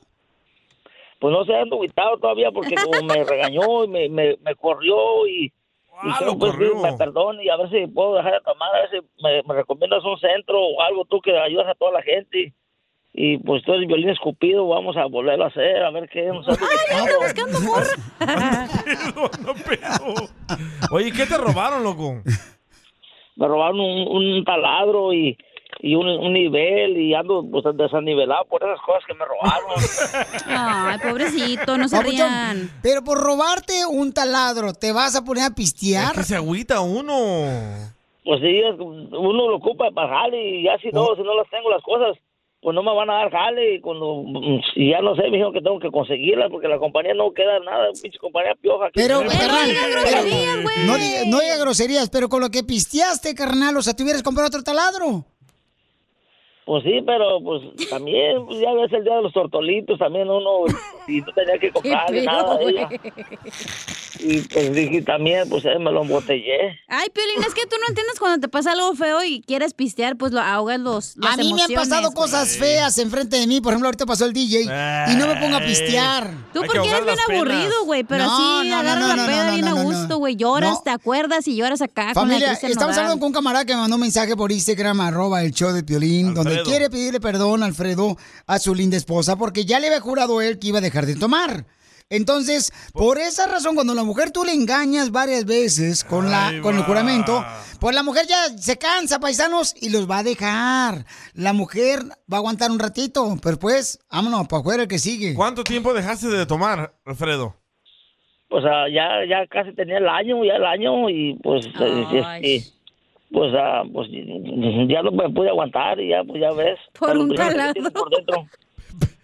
Pues no se ando agüitado todavía porque como me regañó y me, me, me corrió y... y creo, pues, que me perdone y a ver si puedo dejar de tomar, a ver si me, me recomiendas un centro o algo tú que ayudas a toda la gente. Y pues todo el violín escupido, vamos a volverlo a hacer, a ver qué nos sale. Oye, ¿qué te robaron, loco? me robaron un, un taladro y, y un, un nivel y ando pues, desanivelado por esas cosas que me robaron. Ay, pobrecito, no se Papuchón, rían. Pero por robarte un taladro, ¿te vas a poner a pistear? Que se agüita uno. Pues sí, es- uno lo ocupa para jale y ya si no, Oh. si no las tengo las cosas, pues no me van a dar jale y cuando y ya no sé, me dijeron que tengo que conseguirlas porque la compañía no queda nada, pinche compañía pioja. aquí. Pero, carnal, pero- no diga, no diga groserías, pero con lo que pisteaste, carnal, o sea, te hubieras comprado otro taladro. Pues sí, pero pues también, pues, ya ves el día de los tortolitos, también uno, y no tenía que comprar Qué nada pedo, de ella. güey. Y pues dije también, pues eh, me lo embotellé. Ay, Piolín, es que tú no entiendes cuando te pasa algo feo y quieres pistear, pues lo ahogas los. las A mí me han emociones, pasado güey. cosas feas enfrente de mí. Por ejemplo, ahorita pasó el DJ y no me pongo a pistear. Tú porque eres bien aburrido, güey, pero No, sí, no, no, agarras no, la no, peda no, bien no, no, a gusto, güey. Lloras, No. te acuerdas y lloras acá con la Familia, Cristian estamos Nodal. hablando con un camarada que me mandó un mensaje por Instagram, arroba el show de Piolín, donde Alfredo. quiere pedirle perdón a Alfredo, a su linda esposa, porque ya le había jurado él que iba a dejar de tomar. Entonces, por esa razón, cuando la mujer tú le engañas varias veces con, la, con el juramento, pues la mujer ya se cansa, paisanos, y los va a dejar. La mujer va a aguantar un ratito, pero pues, vámonos, para afuera el que sigue. ¿Cuánto tiempo dejaste de tomar, Alfredo? Pues ah, ya, ya casi tenía el año, ya el año, y pues, eh, Ay. este, pues, ah, pues ya no me pude aguantar, y ya, pues ya ves. Por Pero un primero que taladro. tienes por dentro.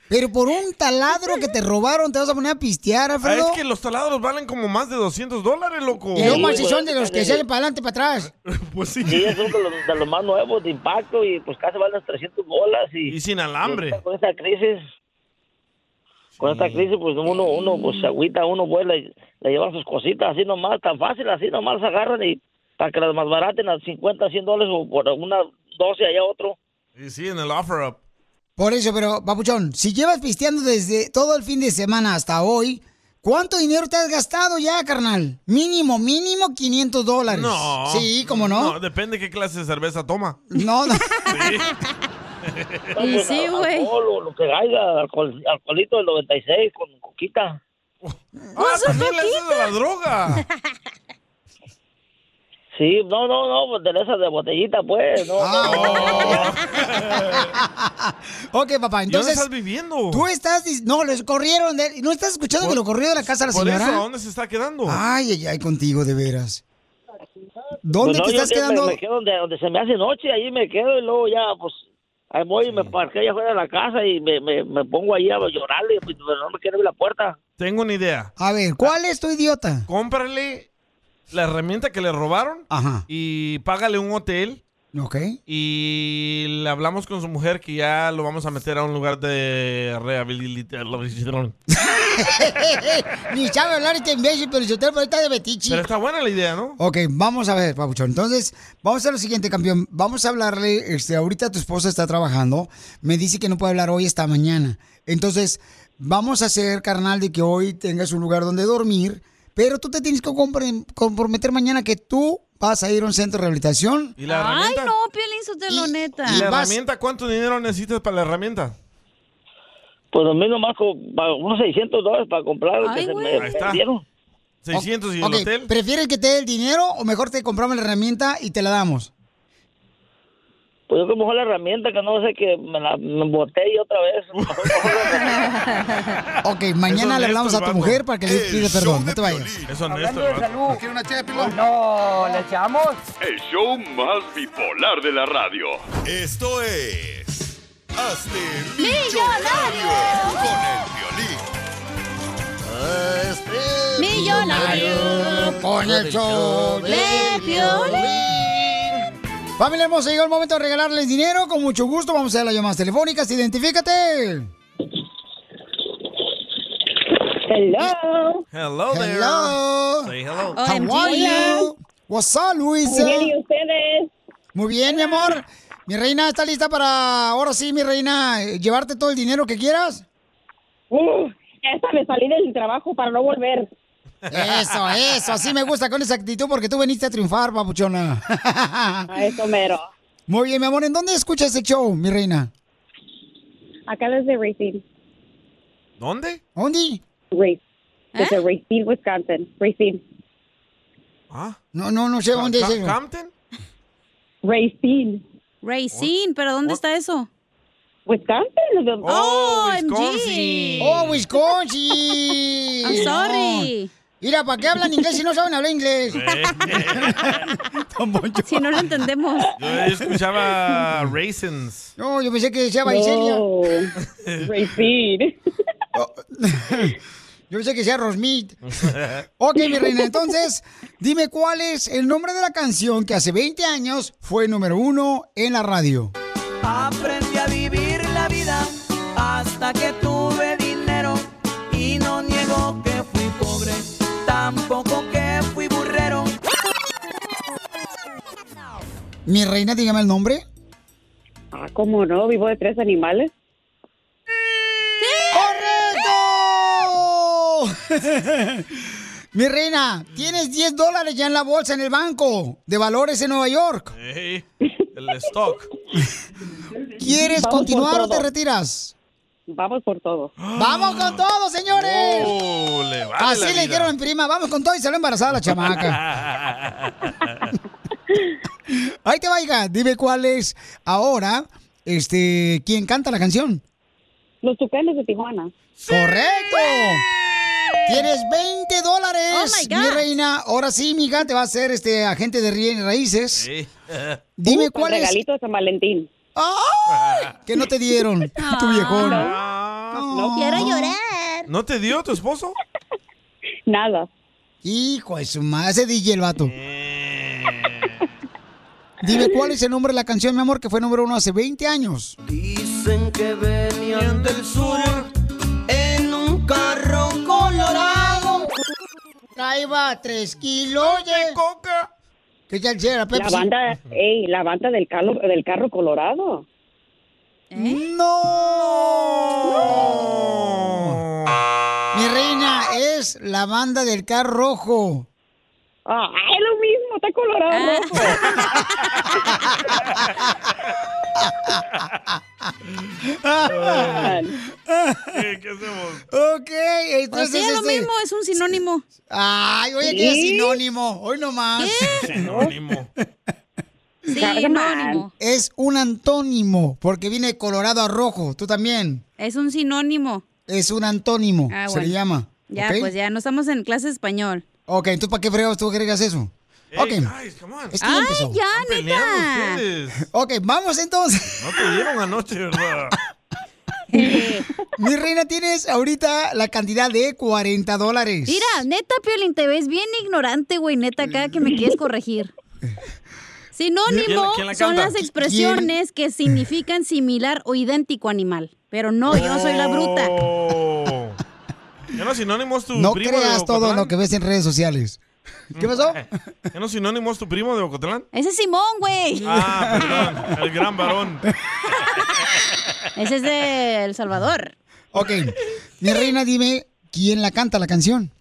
Pero por un taladro que te robaron, te vas a poner a pistear, Ah, Alfredo. es que los taladros valen como más de 200 dólares, loco. Y luego machizón de los que se hacen para adelante, para atrás. Pues sí. Sí, es uno de los, de los más nuevos de impacto, y pues casi van las 300 bolas. Y, sin alambre. Con esta crisis, con esta crisis, pues uno, uno, pues se agüita, uno, pues le, le llevan sus cositas así nomás, tan fácil, así nomás se agarran y para que las más baraten a 50, 100 dólares o por una 12 allá otro. Y sí, en el offer up. Por eso, pero, papuchón, si llevas pisteando desde todo el fin de semana hasta hoy, ¿cuánto dinero te has gastado ya, carnal? Mínimo, mínimo 500 dólares. No. Pues, Sí, ¿cómo no? No, depende qué clase de cerveza toma. No, no. Pues, Mm, sí, al- güey. alcohol o lo que caiga, alcohol- alcoholito del 96 con coquita. ¡Ah, también le haces de la droga! Sí, no, no, no, pues de esas de botellita, pues. Ah, No, ok, papá, ¿Y dónde entonces. estás viviendo? Tú estás. dis- No, los corrieron de. ¿No estás escuchando que lo corrió de la casa la Por eso, señora? ¿a dónde se está quedando? Ay, ay, ay, contigo, de veras. Pues ¿Dónde no, te yo estás que me- quedando? Me, quedo donde, donde se me hace noche, ahí me quedo y luego ya, pues, ahí voy y me parqué allá afuera de la casa y me, me, me pongo ahí a llorarle, pues, pero no me quiere abrir la puerta. Tengo una idea. A ver, ¿cuál es tu idiota? Cómprale la herramienta que le robaron Ajá. y págale un hotel. Ok. Y le hablamos con su mujer que ya lo vamos a meter a un lugar de rehabilitación. Ni sabe hablar este imbécil, pero su teléfono está de Betichi. Pero está buena la idea, ¿no? Ok, vamos a ver, Papuchón. Entonces, vamos a hacer lo siguiente, campeón. Vamos a hablarle, este, ahorita tu esposa está trabajando. Me dice que no puede hablar hoy hasta mañana. Entonces, vamos a hacer, carnal, de que hoy tengas un lugar donde dormir, Pero tú te tienes que compre- comprometer mañana que tú vas a ir a un centro de rehabilitación. ¿Y la herramienta? Ay, no, Piolín, Sotelo, neta. ¿Y la herramienta? ¿Cuánto dinero necesitas para la herramienta? Pues a mí nomás co- pa- unos 600 dólares para comprar lo que Ay, se güey. me Ahí está. perdieron. 600 y el Ok, hotel. ¿Prefieres que te dé el dinero o mejor te compramos la herramienta y te la damos? Pues yo que mejor la herramienta que no sé que me la me boté y otra vez. Ok, mañana le hablamos a tu mujer para que le pida perdón. No te vayas. Eso no Hablando de salud. ¿Quieres una No, ¿le echamos? El show más bipolar de la radio. Esto es. Hazte ¡Millonario! Hazte ¡Millonario! Con el show de Piolín. Familia hermosa, llegó el momento de regalarles dinero. Con mucho gusto, vamos a hacer las llamadas telefónicas. Identifícate. Hello. Hello oh, there. Hello. Say hello. How are you? What's up, Luisa? Muy bien, ¿y ustedes? Muy bien, mi amor. Mi reina, ¿está lista para, ahora sí, mi reina, eh, llevarte todo el dinero que quieras? esta me salí del trabajo para no volver. Eso, eh. eso, así me gusta con esa actitud porque tú viniste a triunfar, papuchona. Ah. A eso mero. Muy bien, mi amor, ¿en dónde escuchas el show, mi reina? Acá desde Racine. ¿Dónde? ¿Dónde? Racine. Desde Racine, Wisconsin. Racine. ¿Ah? No, no, no sé Ca- dónde es Ca- eso. ¿Campton? Racine. Racine, pero ¿dónde está eso? Wisconsin. Oh, Wisconsin. Oh, Wisconsin. I'm sorry. Mira, ¿para qué hablan inglés si no saben hablar inglés? si no lo entendemos. Yo escuchaba Raisins. No, yo pensé que decía Vaiselia. Racine. Yo pensé que decía Rosmith. Ok, mi reina, entonces, dime cuál es el nombre de la canción que hace 20 años fue número uno en la radio. Aprendí a vivir la vida hasta que tuve dinero y no niego que fui pobre, tampoco que fui burrero. Mi reina, dígame el nombre. Ah, ¿cómo no? Vivo de tres animales. ¡Correcto! mi reina, tienes 10 dólares ya en la bolsa en el banco de valores en Nueva York. Ey, el stock. ¿Quieres Vamos continuar por o te todo. retiras? Vamos por todo. ¡Vamos con todo, señores! Oh, le vale Así la le vida. dijeron a mi prima, vamos con todo y salió embarazada la chamaca. Ahí te va, hija. Dime cuál es ahora, este, quién canta la canción. Los tucanes de Tijuana. ¡Correcto! Tienes 20 dólares, Oh, my God. mi reina. Ahora sí, mija, te va a hacer este agente de Ríen Raíces. Dime Uh, cuál con es. regalito de San Valentín. ¡Ay! Que no te dieron, tu viejón. No quiero llorar. ¿No te dio tu esposo? Nada. Hijo de su madre, ese DJ el vato. Eh. Dime cuál es el nombre de la canción, mi amor, que fue número uno hace 20 años. Dicen que venían del sur en un carro colorado. Traiba tres kilos de coca. Que ya era La banda, ey, la banda del carro, del carro colorado. ¿Eh? ¡No! Mi reina, es la banda del carro rojo. Ah, es lo mismo, está colorado Ah. rojo. ¿Qué, hacemos? Ok, entonces. Pues sí, es lo este- mismo, es un sinónimo. Ay, oye, que es sinónimo. Hoy nomás. Sinónimo. Sinónimo. Es un antónimo, porque viene de colorado a rojo. Tú también. Es un sinónimo. Es un antónimo, Ah, se bueno. le llama. Ya, ¿ok? pues ya, no estamos en clase de español. Ok, entonces, ¿para qué fregados tú agregas eso? ok. Es que ya Ay, empezó. Ah, ya, neta. Ok, vamos entonces. No te dieron anoche, ¿verdad? Mi reina, tienes ahorita la cantidad de 40 dólares. Mira, neta, Piolín, te ves bien ignorante, güey, neta, acá que me quieres corregir. ¿Quién Sinónimo la- quién la son canta? las expresiones que significan similar o idéntico animal. Pero no, yo no soy Oh. la bruta. ¿Ya no sinónimo es tu No primo de creas todo Ocotlán? lo que ves en redes sociales. ¿Qué pasó? ¿Ya no sinónimo es tu primo de Ocotlán? Ese es Simón, güey. Ah, perdón, el gran varón. Ese es de El Salvador. Ok. Mi reina, dime quién la canta la canción.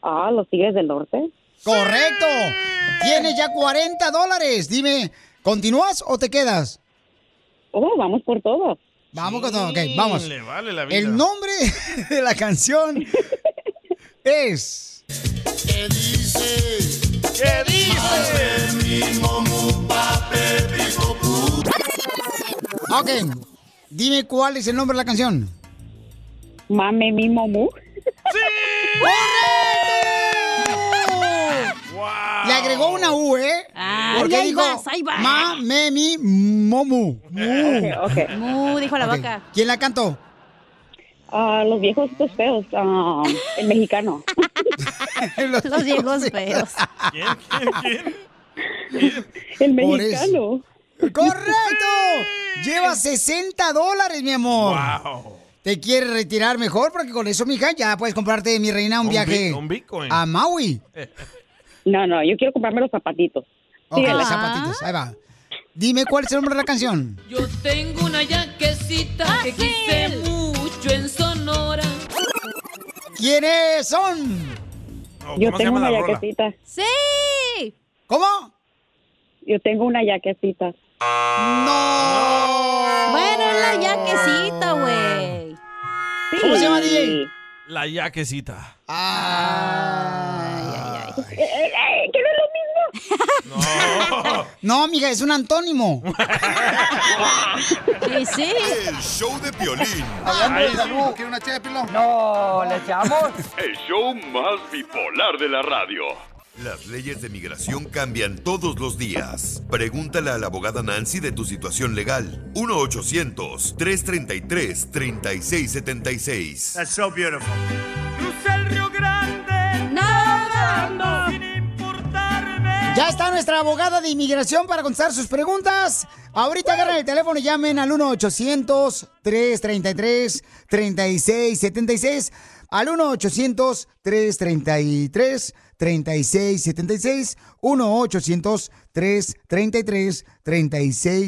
Ah, ¿los Tigres del Norte? Correcto. Tienes ya 40 dólares. Dime, ¿continúas o te quedas? Oh, vamos por todo. Vamos con todo, ok, vamos. Le vale la vida. El nombre de la canción es. ¿Qué dice? ¿Qué dice? Ok, dime cuál es el nombre de la canción. Mame mi momu. Le agregó una U, ¿eh? Ah, Porque ahí dijo, vas, ahí vas. ma, me, mi, momu. Mu. Ok, ok. Mu, dijo la Ok, vaca. ¿Quién la cantó? Ah, los viejos estos feos. ah, el mexicano. los viejos feos. ¿Quién? ¿Quién? El Por eso. mexicano. ¡Correcto! Lleva 60 dólares, mi amor. ¿Te quieres retirar mejor? Porque con eso, mija, ya puedes comprarte, mi reina, un, Un viaje bi- un Bitcoin. a Maui. No, no, yo quiero comprarme los zapatitos. Ok, Síguela. los zapatitos, ahí va. Dime cuál es el nombre de la canción. Yo tengo una yaquecita Ah, que quise mucho en Sonora. ¿Quiénes son? Yo tengo una yaquecita. ¡Sí! ¿Cómo? Yo tengo una yaquecita. ¡No! Bueno, es la yaquecita, güey. ¿Cómo se llama, DJ? La yaquecita. Eh, ¿Qué no es lo mismo? No, mija, es un antónimo. ¿Y sí? El show de violín. Hablando de salud, ¿quiere una ché de pilón? No, ¿le echamos? El show más bipolar de la radio. Las leyes de migración cambian todos los días. Pregúntale a la abogada Nancy de tu situación legal. 1-800-333-3676. That's so beautiful. ¡Nada! Ya está nuestra abogada de inmigración para contestar sus preguntas. Ahorita agarren el teléfono y llamen al 1-800-333-3676. Al 1-800-333-3676.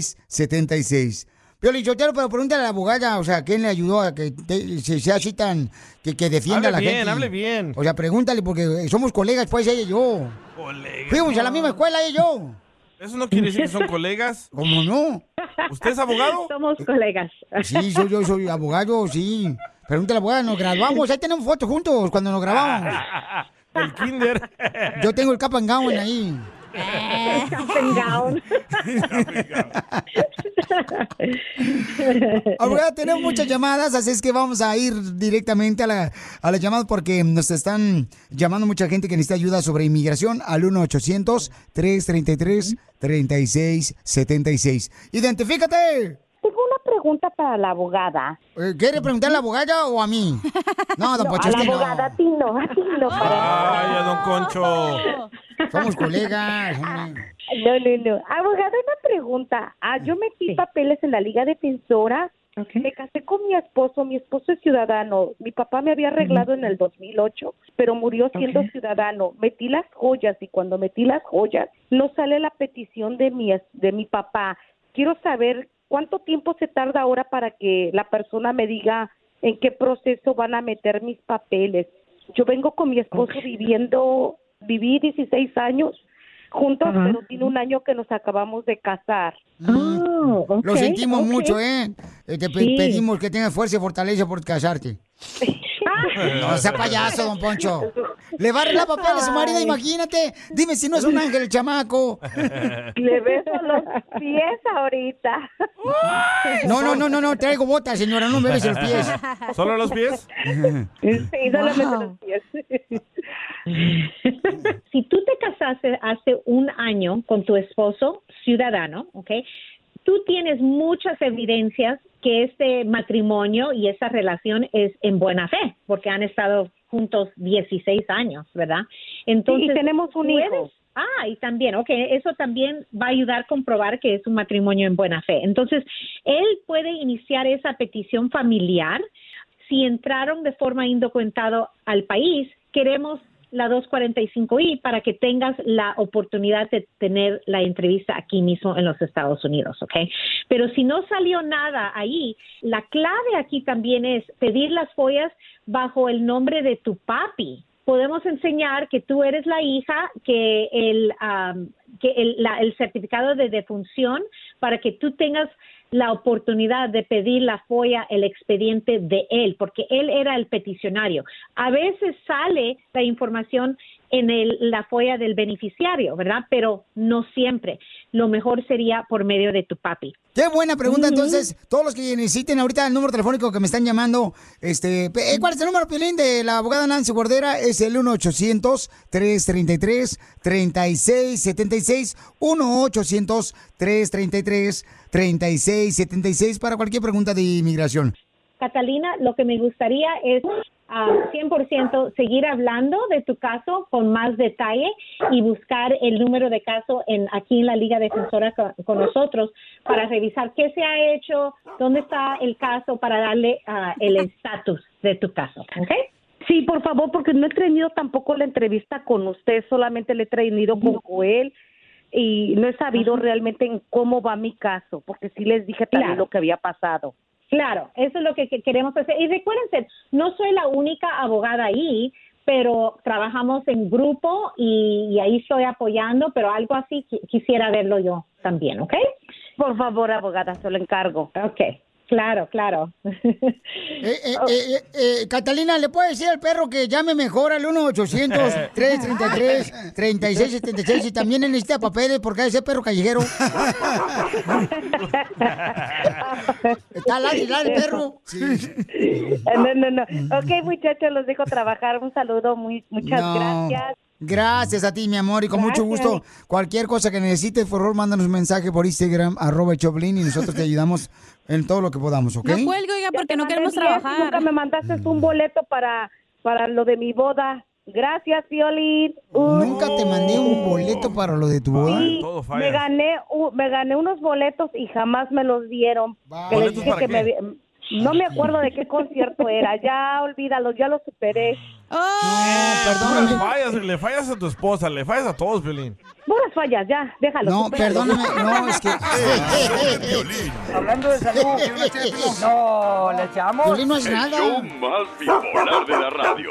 1-800-333-3676. Pioli, yo te lo pero pregúntale a la abogada, o sea, ¿quién le ayudó a que te- se sea así tan, que, que Hable defienda a la bien, gente? hable bien. O sea, pregúntale porque somos colegas, pues ella y yo. Colega. Fuimos a la misma escuela ella y yo. Eso no quiere decir que son colegas. ¿Cómo no? ¿Usted es abogado? Somos colegas. Sí, soy, yo soy abogado, sí. Pregúntale, abogada, nos graduamos, ahí tenemos fotos juntos cuando nos grabamos. El kinder. Yo tengo el cap and gown ahí. Eh. Abogada, tenemos muchas llamadas, así es que vamos a ir directamente a la, a la llamada porque nos están llamando mucha gente que necesita ayuda sobre inmigración al 1-800-333-3676. ¡Identifícate! Eh, Tengo una pregunta para la abogada. ¿Quiere preguntar a la abogada o a mí? No, don No, Pocho, a es la que no. abogada, a ti no, a ti no. Ay, a don Concho. Somos colegas. hombre. No, no, no. Abogada, una pregunta. Ah, yo metí papeles en la Liga Defensora. Me casé con mi esposo. Mi esposo es ciudadano. Mi papá me había arreglado en el 2008, pero murió siendo ciudadano. Metí las joyas y cuando metí las joyas, no sale la petición de mi, es- de mi papá. Quiero saber cuánto tiempo se tarda ahora para que la persona me diga en qué proceso van a meter mis papeles. Yo vengo con mi esposo viviendo, viví 16 años juntos, Ajá. pero tiene un año que nos acabamos de casar. Lo Ah, ok, sentimos ok. mucho, ¿eh? Eh, Te pe- Sí. pedimos que tengas fuerza y fortaleza por casarte. No sea payaso, don Poncho. Le va a arreglar papel a su marido, Ay. imagínate. Dime si no es un ángel el chamaco. Le beso los pies ahorita. No, no, no, no, no, traigo botas, señora, no me beses los pies. ¿Solo los pies? Sí, solamente los pies. si tú te casaste hace un año con tu esposo ciudadano, ¿ok? Tú tienes muchas evidencias que este matrimonio y esa relación es en buena fe, porque han estado juntos 16 años, ¿verdad? Entonces, Sí, y tenemos un puedes- hijo. Ah, y también, ok, eso también va a ayudar a comprobar que es un matrimonio en buena fe. Entonces, él puede iniciar esa petición familiar si entraron de forma indocumentada al país, queremos la 245i para que tengas la oportunidad de tener la entrevista aquí mismo en los Estados Unidos, ¿ok? Pero si no salió nada ahí, la clave aquí también es pedir las follas bajo el nombre de tu papi, podemos enseñar que tú eres la hija, que el, am, que el, la- el certificado de defunción, para que tú tengas la oportunidad de pedir la FOIA, el expediente de él, porque él era el peticionario. A veces sale la información en el- la FOIA del beneficiario, ¿verdad? Pero no siempre. Lo mejor sería por medio de tu papi. Qué buena pregunta. Ujú. Entonces, todos los que necesiten ahorita el número telefónico que me están llamando, este, pe- eh, ¿cuál es el número, Pilín, de la abogada Nancy Guardera? Es el 1-800-333-3676. 1-800-333-3676 para cualquier pregunta de inmigración. Catalina, lo que me gustaría es ah, 100% seguir hablando de tu caso con más detalle y buscar el número de caso en, aquí en la Liga Defensora co- con, nosotros para revisar qué se ha hecho, dónde está el caso para darle ah, el estatus de tu caso. ¿ok? Sí, por favor, porque no he tenido tampoco la entrevista con usted, solamente le he traído con Joel y no he sabido realmente en cómo va mi caso, porque sí les dije también Claro. lo que había pasado. Claro, eso es lo que que queremos hacer. Y recuérdense, no soy la única abogada ahí, pero trabajamos en grupo y, y ahí estoy apoyando, pero algo así qui- quisiera verlo yo también, ¿ok? Por favor, abogada, se lo encargo. Ok, claro, claro. Eh, eh, eh, eh, eh, Catalina, ¿le puede decir al perro que llame mejor al 1-800-333-3676 y también necesita papeles porque ese perro callejero? Está ladri, ladri, perro. No, no, no. Ok, muchachos, los dejo trabajar. Un saludo, muy, muchas No. gracias. Gracias a ti, mi amor, y con mucho Gracias. gusto. Cualquier cosa que necesites, por favor, mándanos un mensaje por Instagram, arroba el Choplin, y nosotros te ayudamos en todo lo que podamos, ¿ok? oiga, porque no queremos trabajar. Nunca me mandaste un boleto para, para lo de mi boda. Gracias, Violín. Nunca te mandé un boleto para lo de tu boda. Sí, me gané u- me gané unos boletos y jamás me los dieron. Que les ¿Boletos dije para que qué? me- no me acuerdo de qué concierto era. Ya olvídalo, ya lo superé. ¡Oh! Tú le fallas, eh. le fallas a tu esposa, le fallas a todos, Violín. Puras fallas, ya, déjalo. No, supéralo. perdóname, no, es que- Hablando de salud, No, le echamos. El show más bipolar de la radio.